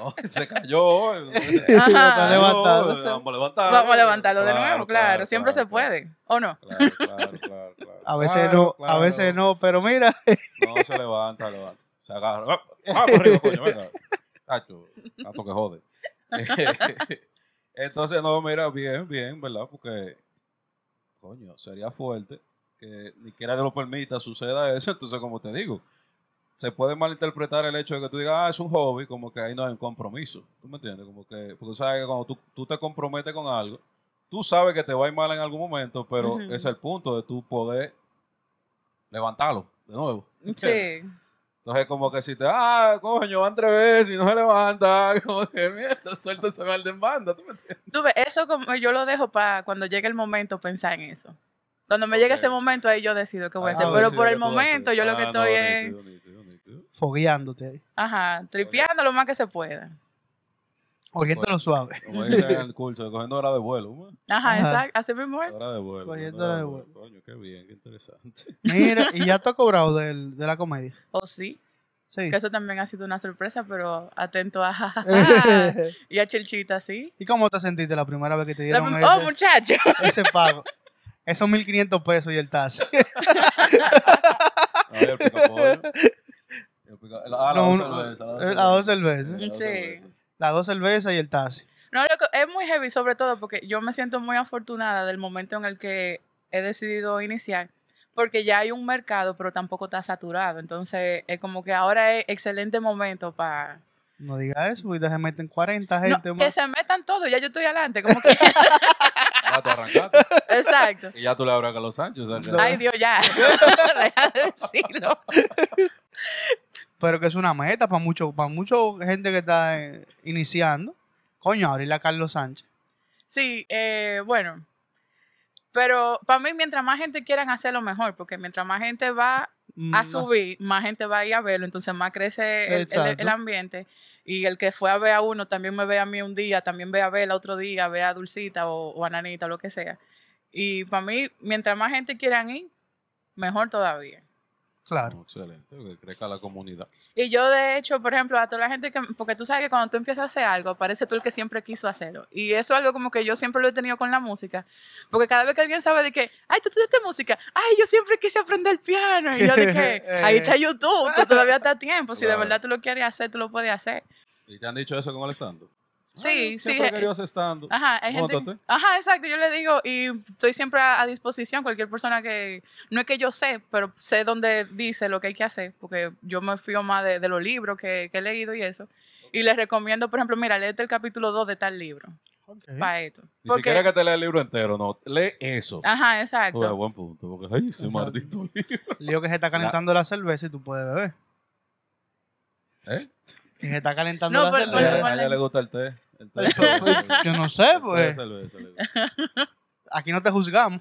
S2: No, se cayó.
S1: Ajá.
S3: levantado.
S2: Vamos a levantarlo.
S1: Vamos a levantarlo de
S2: Claro,
S1: nuevo, claro. Siempre
S2: claro,
S1: se puede, ¿o no?
S2: Claro, claro, claro, claro.
S3: A veces
S2: Claro,
S3: no, a
S2: claro.
S3: veces no, pero mira,
S2: No, se levanta, levanta. Se agarra. ¡Ah, ah, por arriba, coño! Venga. Tacho, tanto que jode. Entonces, no, mira, bien, bien, ¿verdad? Porque, coño, sería fuerte que ni quiera Dios lo permita, suceda eso. Entonces, como te digo, se puede malinterpretar el hecho de que tú digas, ah, es un hobby, como que ahí no hay un compromiso. ¿Tú me entiendes? Como que, porque tú sabes que cuando tú, tú te comprometes con algo, tú sabes que te va a ir mal en algún momento, pero
S1: Ujú.
S2: ese es el punto de tú poder levantarlo de nuevo.
S1: Sí.
S2: Entonces, como que si te, ah, coño, van tres veces y no se levanta, como que mierda, suelta ese mal de banda. ¿tú me entiendes?
S1: Tú ves, eso como, yo lo dejo para cuando llegue el momento pensar en eso. Cuando me llegue
S2: Ok.
S1: ese momento, ahí yo decido qué voy a
S2: Ah,
S1: hacer.
S3: tú
S1: Pero
S2: decides
S1: por
S2: qué
S1: el
S2: tú vas a hacer.
S1: momento, yo lo que
S2: Ah, no,
S1: estoy es,
S2: nítido, nítido, nítido.
S3: fogueándote ahí.
S1: ajá, tripeando lo más que se pueda.
S3: Oriéntalo suave.
S2: Como dicen en el curso, cogiendo hora de vuelo. ¿cómo es?
S1: Ajá,
S3: Ajá.
S1: exacto, así mismo es.
S2: Hora de vuelo.
S3: Cogiendo hora de vuelo.
S2: Coño, qué bien, qué interesante.
S3: Mira, y ya te has cobrado del- de la comedia.
S1: O sí,
S3: Sí.
S1: que eso también ha sido una sorpresa, pero atento a y a Chelchita, sí.
S3: ¿Y cómo te sentiste la primera vez que te
S1: La-
S3: dieron
S1: oh,
S3: ese,
S1: muchacho.
S3: ese pago? Esos 1500 pesos y el taxi.
S2: Ahí Ah, el picapollo. El pica- Ah, la
S3: No,
S2: dos
S3: no,
S2: cervezas, la dos
S3: eh, las dos
S2: cervezas.
S3: cervezas.
S2: La dos
S1: Sí.
S2: cervezas.
S3: Las dos cervezas y el taxi.
S1: No, loco, es muy heavy, sobre todo porque yo me siento muy afortunada del momento en el que he decidido iniciar, porque ya hay un mercado, pero tampoco está saturado. Entonces, es como que ahora es excelente momento para
S3: No digas eso, porque se meten 40
S1: No,
S3: gente
S1: que
S3: más.
S1: se metan todos, ya yo estoy adelante, como que
S2: Ya Ah, te arrancaste.
S1: exacto.
S2: Y ya tú le abras a Carlos Sánchez. ¿sabes?
S3: No.
S1: Ay, Dios, ya. Deja de decirlo.
S3: Pero que es una meta para mucho, para mucho gente que está eh, iniciando. Coño, abrirle a Carlos Sánchez.
S1: Sí, eh, bueno. Pero para mí, mientras más gente quieran hacerlo, mejor, porque mientras más gente va
S3: Mm,
S1: a subir, más gente va a ir a verlo, entonces más crece el, el- el
S3: Exacto.
S1: ambiente. Y el que fue a ver a uno también me ve a mí un día, también ve a Bella otro día, ve a Dulcita o, o a Nanita o lo que sea. Y para mí, mientras más gente quieran ir, mejor todavía.
S3: Claro.
S2: Oh, Excelente, que crezca la comunidad.
S1: Y yo, de hecho, por ejemplo, a toda la gente que. Porque tú sabes que cuando tú empiezas a hacer algo, aparece tú el que siempre quiso hacerlo. Y eso es algo como que yo siempre lo he tenido con la música. Porque cada vez que alguien sabe de que. Ay, tú estudiaste música. Ay, yo siempre quise aprender el piano. Y yo de que. Ahí está YouTube. Tú todavía está a tiempo. Si de
S2: Claro.
S1: verdad tú lo quieres hacer, tú lo puedes hacer.
S2: ¿Y te han dicho eso con el estando?
S1: Sí, sí,
S2: Siempre he
S1: eh,
S2: querido hacer estando.
S1: Ajá, hay gente.
S2: Móntate.
S1: Ajá, exacto. Yo le digo. Y estoy siempre a, a disposición. Cualquier persona que. No es que yo sé, pero sé dónde dice lo que hay que hacer. Porque yo me fío más de, de los libros que, que he leído y eso. Y les recomiendo, por ejemplo, mira, léete el capítulo 2 de tal libro.
S3: Okay.
S1: Para esto.
S2: Ni siquiera que te lea el libro entero, no. Lee eso.
S1: Ajá,
S2: Joder,
S1: exacto.
S2: buen punto. Porque, ay, ese
S3: Exacto.
S2: maldito libro.
S3: Lío que se está calentando la, cerveza y tú puedes beber.
S2: ¿Eh?
S3: Que se está calentando
S1: No,
S3: la
S1: pero-
S2: A ella,
S1: Ponle,
S2: a
S3: cerveza.
S2: ella
S1: ponle.
S2: le gusta el té. El té.
S3: Yo no sé,
S2: El té de
S3: pues.
S2: cerveza le gusta.
S3: Aquí no te juzgamos.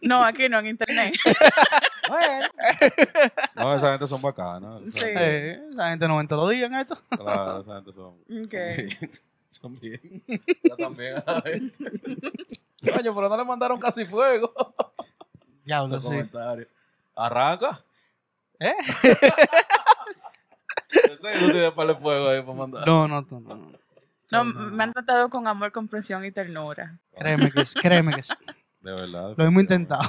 S1: No, aquí no, en internet.
S2: No, esa gente son bacanas. Esa
S1: Sí.
S2: gente-
S3: Eh, la gente no ven todos los días en esto.
S2: Claro, esa gente son.
S1: Ok.
S2: Son bien. Ya también a la gente. Coño, pero no le mandaron casi fuego.
S3: Diablo,
S2: Ese
S3: sí.
S2: comentario. Arranca.
S3: ¿Eh?
S2: Yo sé que tú tienes para el fuego ahí para mandar.
S3: No, no, no, no, no.
S1: No, me han tratado con amor, comprensión y ternura.
S3: Créeme que sí, créeme que sí.
S2: De verdad.
S3: Lo hemos intentado.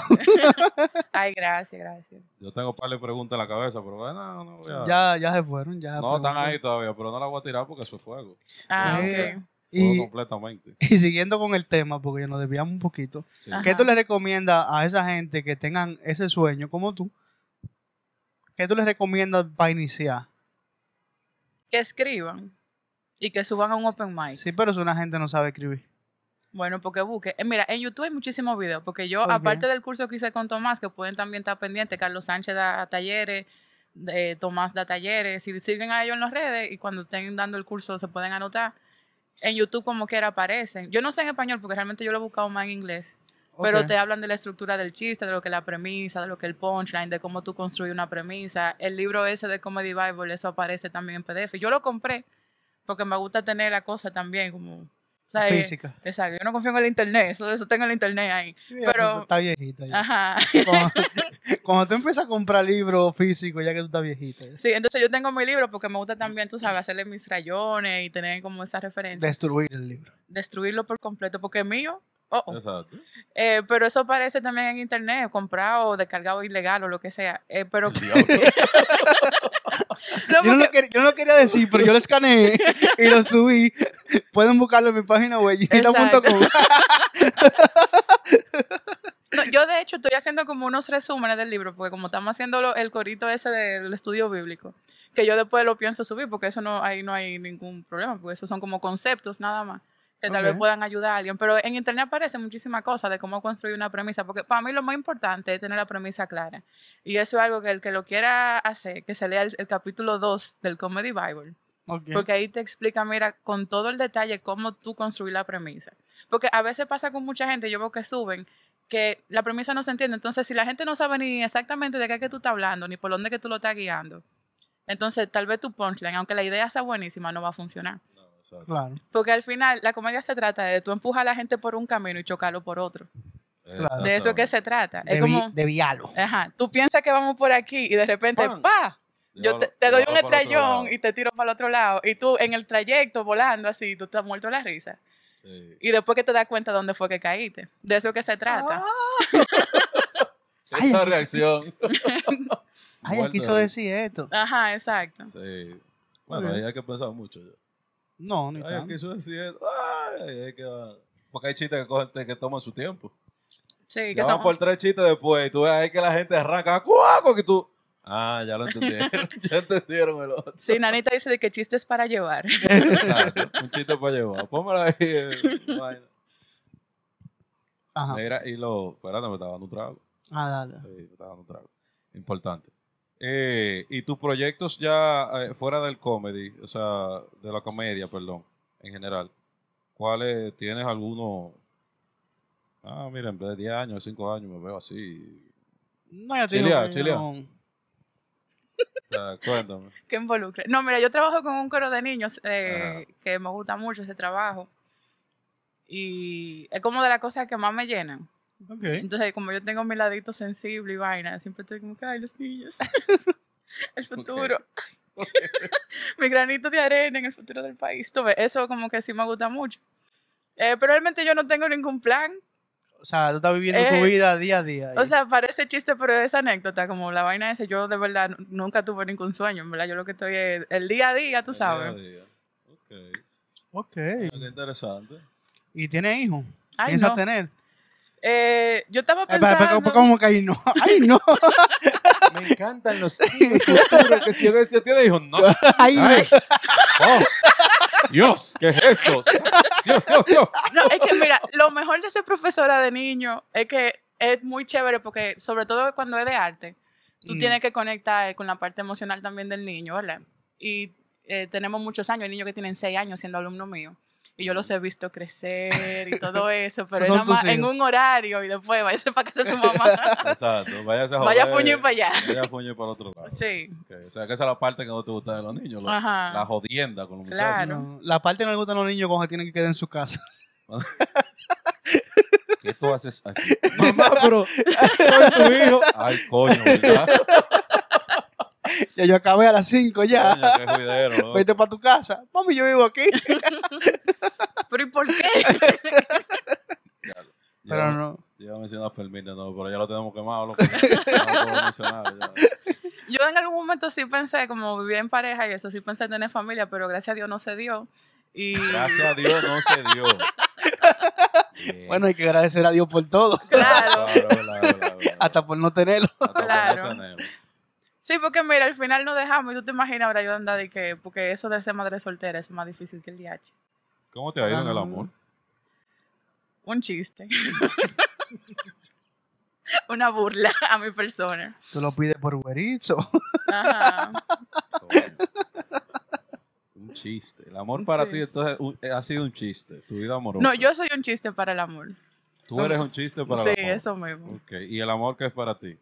S1: Ay, gracias, gracias.
S2: Yo tengo par de preguntas en la cabeza, pero bueno, no voy a-
S3: Ya, ya se fueron, ya.
S2: No, están
S3: pregunté.
S2: ahí todavía, pero no la voy a tirar porque eso es fuego.
S1: Ah,
S3: Eh,
S1: ok.
S2: Fuego
S3: Y,
S2: completamente.
S3: y siguiendo con el tema, porque ya nos desviamos un poquito.
S2: Sí.
S1: Ajá.
S3: ¿Qué tú le recomiendas a esa gente que tengan ese sueño como tú? ¿Qué tú les recomiendas para iniciar?
S1: Que escriban y que suban a un open mic.
S3: Sí, pero si una gente no sabe escribir.
S1: Bueno, porque busque. Eh, mira, en YouTube hay muchísimos videos, porque yo,
S3: Ok.
S1: aparte del curso que hice con Tomás, que pueden también estar pendientes, Carlos Sánchez da talleres, eh, Tomás da talleres, si siguen a ellos en las redes y cuando estén dando el curso se pueden anotar. En YouTube como quiera aparecen. Yo no sé en español porque realmente yo lo he buscado más en inglés, pero
S3: Ok.
S1: te hablan de la estructura del chiste, de lo que es la premisa, de lo que es el punchline, de cómo tú construyes una premisa. El libro ese de Comedy Bible, eso aparece también en PDF. Yo lo compré porque me gusta tener la cosa también como... ¿sabes?
S3: Física.
S1: Exacto, yo no confío en el internet, eso, eso tengo el internet ahí.
S3: Pero...
S1: pero- Ah.
S3: Está viejita ya.
S1: Ajá.
S3: Cuando, cuando tú empiezas a comprar libros físicos, ya que tú estás viejita. ya.
S1: Sí, entonces yo tengo mi libro porque me gusta también, tú sabes, hacerle mis rayones y tener como esa referencia.
S3: Destruir el libro.
S1: Destruirlo por completo porque es mío. Oh, oh.
S2: Exacto.
S1: Eh, pero eso aparece también en internet, comprado, descargado ilegal o lo que sea. Eh, pero
S2: El diablo.
S1: No,
S3: Yo no, lo
S1: porque-
S3: quería, yo no lo quería decir, pero yo lo escaneé y lo subí. Pueden buscarlo en mi página web, yita.com.
S1: no, yo de hecho estoy haciendo como unos resúmenes del libro porque como estamos haciendo lo- el corito ese del estudio bíblico, que yo después lo pienso subir porque eso no ahí no hay ningún problema, porque esos son como conceptos nada más que tal vez
S3: Ok.
S1: puedan ayudar a alguien, pero en internet aparece muchísimas cosas de cómo construir una premisa, porque para mí lo más importante es tener la premisa clara. Y eso es algo que el que lo quiera hacer, que se lea el, el capítulo 2 del Comedy Bible,
S3: Ok.
S1: porque ahí te explica, mira, con todo el detalle cómo tú construir la premisa. Porque a veces pasa con mucha gente, yo veo que suben, que la premisa no se entiende. Entonces, si la gente no sabe ni exactamente de qué es que tú estás hablando, ni por dónde que tú lo estás guiando, entonces tal vez tu punchline, aunque la idea sea buenísima, no va a funcionar.
S2: No, exacto.
S3: Claro.
S1: Porque al final, la comedia se trata de tú empujar a la gente por un camino y chocarlo por otro.
S3: Claro.
S1: De eso es que se trata. Es
S3: De, vi-
S1: como,
S3: de vialo.
S1: ajá, tú piensas que vamos por aquí y de repente,
S2: Pan.
S1: ¡pa! Yo te, te doy un
S2: Llévalo para otro lado.
S1: estrellón y te tiro para el otro lado. Y tú en el trayecto volando así, tú estás muerto de la risa.
S2: Sí.
S1: Y después que te das cuenta dónde fue que caíste. De eso que se trata.
S3: Ah. Ay,
S2: Esa
S3: aquí-
S2: reacción.
S3: Ay,
S2: Muerto
S3: él quiso
S2: de-
S3: decir esto.
S1: Ajá, exacto.
S2: Sí. Bueno,
S3: Muy
S2: ahí hay que pensar mucho. ya.
S3: No, ni
S2: Ay,
S3: tanto.
S2: quiso decir eso. Ay, hay que... Porque hay chistes que, cogen- que toman su tiempo.
S1: Sí,
S2: Ya
S1: que
S2: van
S1: son...
S2: por tres chistes después y tú ves ahí que la gente arranca. ¡Cuaco! Que tú... Ah, ya lo entendieron. ya entendieron el otro.
S1: Sí, Nanita dice de que chistes para llevar.
S2: Exacto. Un chiste para llevar. Pónmelo ahí. eh, vaina.
S3: Ajá.
S2: Mira, y lo... Espérate, me estaba dando un trago.
S3: Ah, dale.
S2: Sí, me estaba dando un trago. Importante. Eh, y tus proyectos ya eh, fuera del comedy, o sea, de la comedia, perdón, en general, ¿cuáles tienes alguno? Ah, mira, en vez de 10 años, 5 años me veo así.
S3: No, yo
S2: Chilea,
S3: tengo
S2: chilea.
S3: opinión.
S2: O sea, cuéntame.
S1: que involucre. No, mira, yo trabajo con un coro de niños
S2: Ah.
S1: eh, que me gusta mucho ese trabajo. Y es como de las cosas que más me llenan.
S3: Ok.
S1: Entonces, como yo tengo mi ladito sensible y vaina, siempre estoy como, ay, los niños. el futuro. mi granito de arena en el futuro del país. Tú ves, eso como que sí me gusta mucho. Eh, pero realmente yo no tengo ningún plan.
S3: O sea, tú estás viviendo tu
S1: Eh,
S3: vida día a día.
S1: O
S3: y-
S1: sea, parece chiste, pero es anécdota, como la vaina esa. Yo de verdad nu- nunca tuve ningún sueño, en verdad. Yo lo que estoy es el día a día, tú
S2: El
S1: sabes.
S2: día a día. Ok.
S3: ok.
S2: Ah, Qué interesante.
S3: ¿Y tiene hijos?
S1: Ay,
S3: ¿Piensas
S1: no.
S3: tener?
S1: Eh, yo estaba
S3: Espera, espera,
S1: pensando.
S3: ¿cómo- ¿Cómo que ahí no? ¡Ay, no!
S2: Me encantan los hijos futuros que si yo decía, tiene hijos, no.
S3: ¡Ay, no!
S2: Ay. Oh, Dios, ¿qué es eso? Dios, Dios, Dios.
S1: No, es que mira, lo mejor de ser profesora de niño es que es muy chévere porque, sobre todo cuando es de arte, tú
S3: Mm.
S1: tienes que conectar con la parte emocional también del niño, ¿verdad? Y eh, tenemos muchos años, hay niños que tienen seis años siendo alumno mío. Y yo los he visto crecer y todo eso, pero es
S3: son
S1: nada más
S3: tus
S1: en
S3: hijos.
S1: un horario y después váyase para casa de su mamá.
S2: Exacto, váyase a
S1: Vaya a
S2: joder,
S1: puño y para allá.
S2: Vaya a puño y para el otro lado.
S1: Sí. Ah,
S2: Ok, O sea, que esa es la parte que no te gusta de los niños, lo-
S1: Ajá.
S2: la jodienda con los
S1: Claro.
S3: No, la parte que no le gustan los niños cuando se tienen que quedar en su casa.
S2: muchachos. ¿Qué tú haces aquí? Mamá, pero soy tu hijo. Ay, coño, ¿verdad?
S3: Ya yo acabé a las 5 ya. Pues,
S2: Coño, qué juidero. ¿no?
S3: Vete para tu casa. Mami, yo vivo aquí.
S1: Pero ¿y por qué?
S2: Ya
S3: Pero
S2: no-
S3: no.
S2: Yo iba a mencionar a Fermín de nuevo, pero ya lo tenemos quemado. loco. Ya no lo puedo mencionar, ya.
S1: Yo en algún momento sí pensé, como vivía en pareja y eso, sí pensé en tener familia, pero gracias a Dios no se dio. Y
S2: Gracias a Dios no se dio. Bien.
S3: Bueno, hay que agradecer a Dios por todo.
S1: Claro.
S2: claro, claro, claro, claro.
S3: Hasta por no tenerlo.
S2: Hasta por no
S1: Claro.
S2: tenerlo.
S1: Sí, porque mira, al final nos dejamos y tú te imaginas ahora yo andar de que, porque eso de ser madre soltera es más difícil que el DH.
S2: ¿Cómo te ha ido en el amor?
S1: Un chiste. Una burla a mi persona.
S3: Tú lo pides por Uber Eats o-
S1: Ajá.
S2: Coño. Un chiste. El amor para
S1: Sí.
S2: ti entonces un- eh, ha sido un chiste. Tu vida amorosa.
S1: No, yo soy un chiste para el amor.
S2: Tú eres un chiste para
S1: sí,
S2: el amor.
S1: eso mismo.
S2: Ok, ¿Y el amor qué es para ti?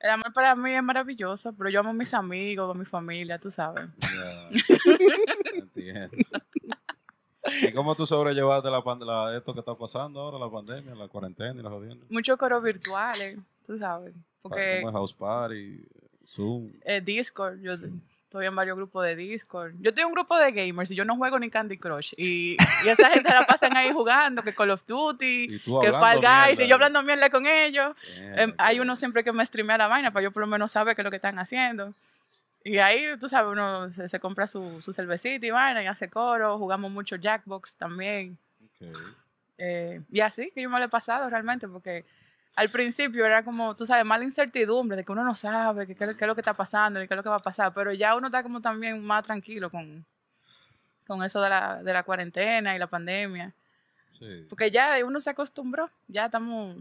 S1: El amor para mí es maravilloso, pero yo amo a mis amigos, a mi familia, tú sabes.
S2: Ya. Entiendo. ¿Y cómo tú sobrellevaste la, pan- la- esto que está pasando ahora, la pandemia, la cuarentena y la jodienda?
S1: Muchos coros virtuales, tú sabes. Porque
S2: ¿Cómo es House Party, Zoom?
S1: eh, Discord, yo
S2: Mm.
S1: estoy en varios grupos de Discord. Yo tengo un grupo de gamers y yo no juego ni Candy Crush. Y, y esa gente la pasan ahí jugando, que Call of Duty,
S2: Y tú
S1: que
S2: hablando
S1: Fall Guys, y
S2: mierda. Eh,
S1: yo hablando mierda con ellos.
S2: Mierda,
S1: Em, hay
S2: qué
S1: uno siempre que me streamea la vaina para yo por lo menos saber qué es lo que están haciendo. Y ahí, tú sabes, uno se, se compra su, su cervecita y vaina y hace coro. Jugamos mucho Jackbox también.
S2: Ok.
S1: Eh, y así que yo me lo he pasado realmente porque al principio era como, tú sabes, mala incertidumbre de que uno no sabe que qué, qué es lo que está pasando y qué es lo que va a pasar. Pero ya uno está como también más tranquilo con, con eso de la, de la cuarentena y la pandemia.
S2: Sí.
S1: Porque ya uno se acostumbró, ya estamos...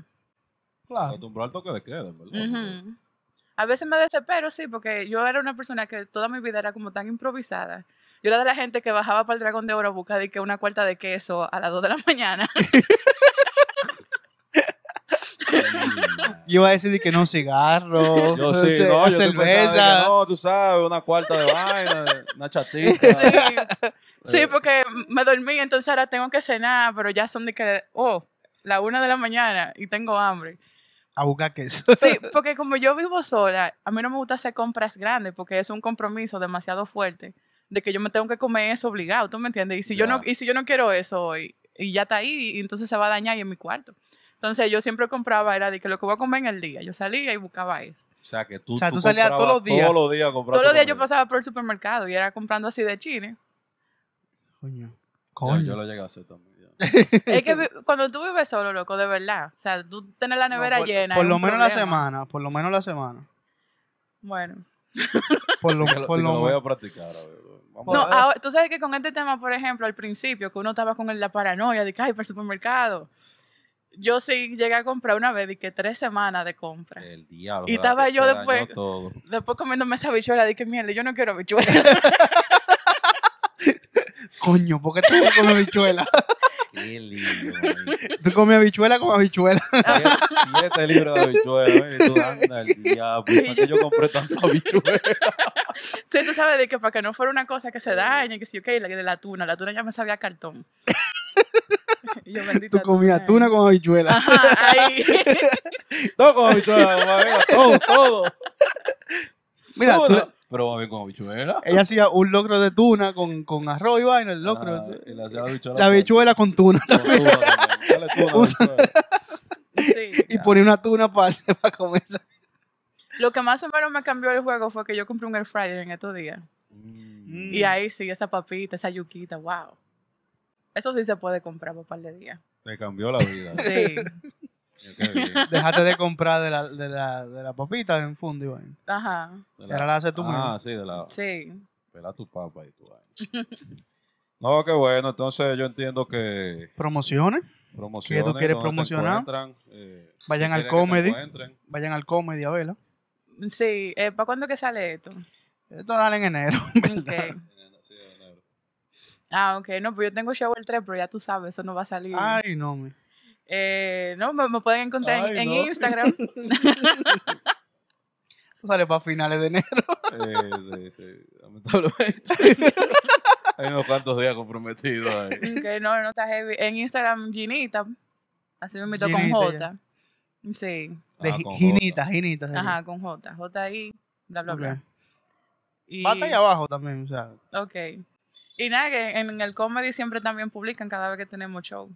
S3: Claro.
S2: Acostumbrar al toque de queda, ¿verdad?
S1: Ujú. A veces me desespero, sí, porque yo era una persona que toda mi vida era como tan improvisada. Yo era de la gente que bajaba para el Dragón de Oro a buscar de que una cuarta de queso a las 2 de la mañana.
S2: Mm.
S3: Yo iba a decir que no cigarro,
S2: Yo sí,
S3: ce-
S2: no, yo te pensaba de
S3: cerveza.
S2: que no, tú sabes, una cuarta de vaina, una chatita.
S1: Sí, sí,
S2: Eh,
S1: porque me dormí, entonces ahora tengo que cenar, pero ya son de que, oh, la 1 de la mañana y tengo hambre.
S3: A buscar queso.
S1: Sí, porque como yo vivo sola, a mí no me gusta hacer compras grandes porque es un compromiso demasiado fuerte de que yo me tengo que comer eso obligado, ¿tú me entiendes? Y si yo no
S2: Ya.
S1: y si yo no quiero eso hoy y ya está ahí, y entonces se va a dañar y en mi cuarto. Entonces yo siempre compraba era de que lo que voy a comer en el día. Yo salía y buscaba eso.
S2: O sea, que tú,
S3: O sea, tú salías todos
S2: comprabas
S3: los días.
S2: Todos los días comprabas
S1: Todos los días yo
S2: comida.
S1: pasaba por el supermercado y era comprando así de chile.
S3: Coño.
S2: Ya, Yo,
S3: Coño.
S2: lo llegué a hacer también. ya.
S1: Es que vi- cuando tú vives solo, loco, de verdad, o sea, tú tienes la
S3: No,
S1: nevera
S3: por,
S1: llena.
S3: por
S1: es
S3: lo
S1: un
S3: menos la
S1: problema.
S3: semana, por lo menos la semana.
S1: Bueno.
S3: Por lo,
S2: Dije, lo,
S3: por
S2: dije,
S3: lo
S2: lo voy
S3: menos.
S2: a practicar. A ver, vamos
S1: No,
S2: a ver.
S3: Joder.
S1: ahora- tú sabes que con este tema, por ejemplo, al principio, que uno estaba con el- la paranoia de que, ay, para el supermercado. Yo sí llegué a comprar una vez, de que tres semanas de compra.
S2: El diablo.
S1: Y
S2: se
S1: estaba
S2: dañó
S1: yo después.
S2: todo.
S1: Después comiéndome esa bichuela, de que, mierda, yo no quiero habichuela.
S3: Coño, ¿por qué tú no comes habichuela?
S2: Qué lindo. man.
S3: Tú comes habichuela con habichuela.
S2: Siete- Siete libras de habichuela. man, Y tú anda el diablo. ¿Para qué yo compré tanta habichuela?
S1: sí, tú sabes, de que para que no fuera una cosa que se dañe, que sí, ok, la de la tuna. La tuna ya me sabía a cartón. Y yo,
S3: Tú
S1: bendita
S3: comías tuna
S1: eh.
S3: con habichuela.
S1: Ajá, ahí.
S2: Todo con habichuela. mamá, venga, todo, todo.
S3: Mira, tú-
S2: Tuna. Pero mami, con habichuela.
S3: ella hacía un locro de tuna con, con arroz y vaina, el locro.
S2: Ajá, Ah, y le hacía la habichuela.
S3: la habichuela con tuna.
S2: con- con tuna también. Dale tuna a la
S3: Usa-
S2: habichuela.
S1: Sí.
S3: Y ponía una tuna para, para comer esa.
S1: Lo que más o menos me cambió el juego fue que yo compré un air fryer en estos días.
S2: Mm.
S1: Y ahí sí, esa papita, esa yuquita, wow. Eso sí se puede comprar por un par de días.
S2: Te cambió la vida.
S1: Sí.
S2: Qué bien.
S3: Dejaste de comprar de la, de la, de la papita en fondo y vaina.
S1: Ajá.
S2: De
S3: Ahora la haces tú
S2: Ah,
S3: mismo.
S2: sí, de la.
S1: Sí.
S2: Pela tu papa y tu vaina. No, qué bueno. Entonces yo entiendo que
S3: Promociones.
S2: promociones.
S3: ¿Qué tú quieres
S2: donde te
S3: promocionar?
S2: encuentran, eh,
S3: Vayan
S2: si quieren
S3: al
S2: que te
S3: comedy.
S2: encuentren.
S3: Vayan al comedy a verla.
S1: Sí, eh, ¿para cuándo que sale esto?
S3: Esto dale en enero.
S1: Ok. Ah, ok, no, pues yo tengo show el 3, pero ya tú sabes, eso no va a salir.
S3: Ay, no, me.
S1: Eh, no, me, me pueden encontrar en,
S2: Ay,
S1: en
S2: no.
S1: Instagram.
S3: Esto sale para finales de enero.
S2: Eh, sí, sí, lamentablemente. Hay unos cuantos días comprometidos ahí.
S1: que no, no está heavy. En Instagram, Ginita. Así me invito con
S3: Ginita,
S1: J. Sí,
S3: De
S2: Ah,
S3: gi-
S2: con J.
S3: Ginita, Ginita. sería.
S1: ajá, con J. J I, bla, bla,
S3: Ok.
S1: bla. Y,
S3: Bata y abajo también, o sea.
S1: Ok. Y nada, que en, en el comedy siempre también publican cada vez que tenemos show.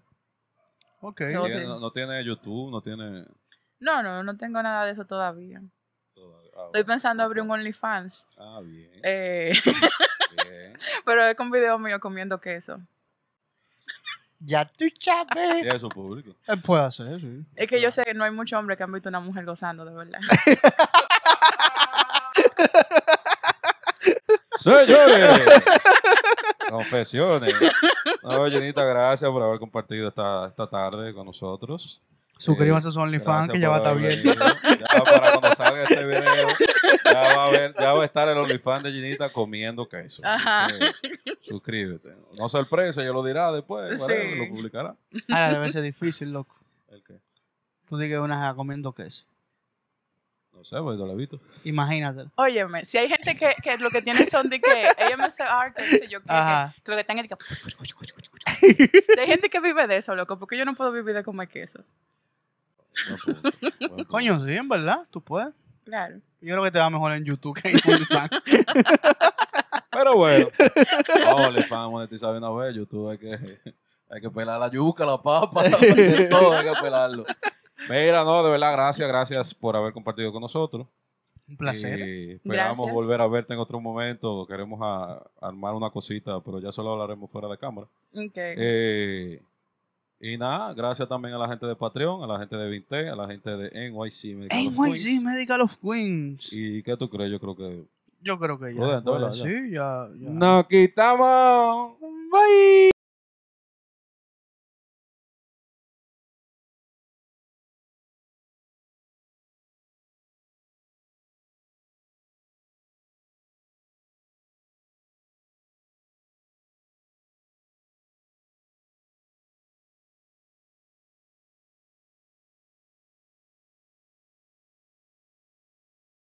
S3: Ok.
S1: So-
S2: Tiene-
S1: sí.
S2: no, no tiene YouTube, no tiene.
S1: No, no, no tengo nada de eso todavía.
S2: todavía. Ah,
S1: Estoy
S2: bueno.
S1: pensando abrir un OnlyFans.
S2: Ah, bien.
S1: Eh,
S2: bien.
S1: pero es con video mío comiendo queso.
S3: ya tú sabes.
S2: Tiene su público.
S3: Él puede hacer, sí.
S1: Es que yo sé que no hay muchos hombres que han visto una mujer gozando, de verdad.
S2: Señores, confesiones. No, Jenita, gracias por haber compartido esta, esta tarde con nosotros.
S3: Suscríbanse a su OnlyFans
S2: Gracias
S3: que ya va a
S2: por
S3: estar
S2: haber
S3: abierto.
S2: venido. Ya para cuando salga este video, ya va a, haber- ya va a estar el OnlyFans de Ginita comiendo queso. Así
S1: Ajá.
S2: que Suscríbete. No sorpresa, yo lo dirá después.
S1: Sí.
S2: whatever, Lo publicará.
S3: Ahora debe ser difícil, loco. Tú digas una comiendo queso.
S2: No sé, pues yo lo he visto.
S3: Imagínate.
S1: Óyeme, si hay gente que, que lo que tienen son de que AMSR, que dice yo, que,
S3: Ajá.
S1: que lo que están en el que- Si hay gente que vive de eso, loco, porque yo no puedo vivir de comer queso.
S2: Buen punto, buen punto.
S3: Coño, sí, en verdad. Tú puedes.
S1: Claro.
S3: Yo creo que te va mejor en YouTube que en OnlyFans.
S2: Pero bueno, vamos, OnlyFans monetizar de una vez. YouTube hay que, hay que pelar la yuca, la papa, todo hay que pelarlo. Mira, no, de verdad, gracias, gracias por haber compartido con nosotros.
S3: Un placer.
S2: Y esperamos
S1: Gracias.
S2: volver a verte en otro momento. Queremos a- armar una cosita, pero ya solo hablaremos fuera de cámara.
S1: Ok.
S2: Eh, y nada, gracias también a la gente de Patreon, a la gente de Vinte, a la gente de NYC. Medical of
S3: NYC
S2: Queens.
S3: Medical of Queens.
S2: ¿Y qué tú crees? Yo creo que...
S3: Yo creo que ya.
S2: Joder,
S3: puede.
S2: ¿verdad?
S3: Sí, ya. ya.
S2: ¡Nos quitamos!
S3: Bye.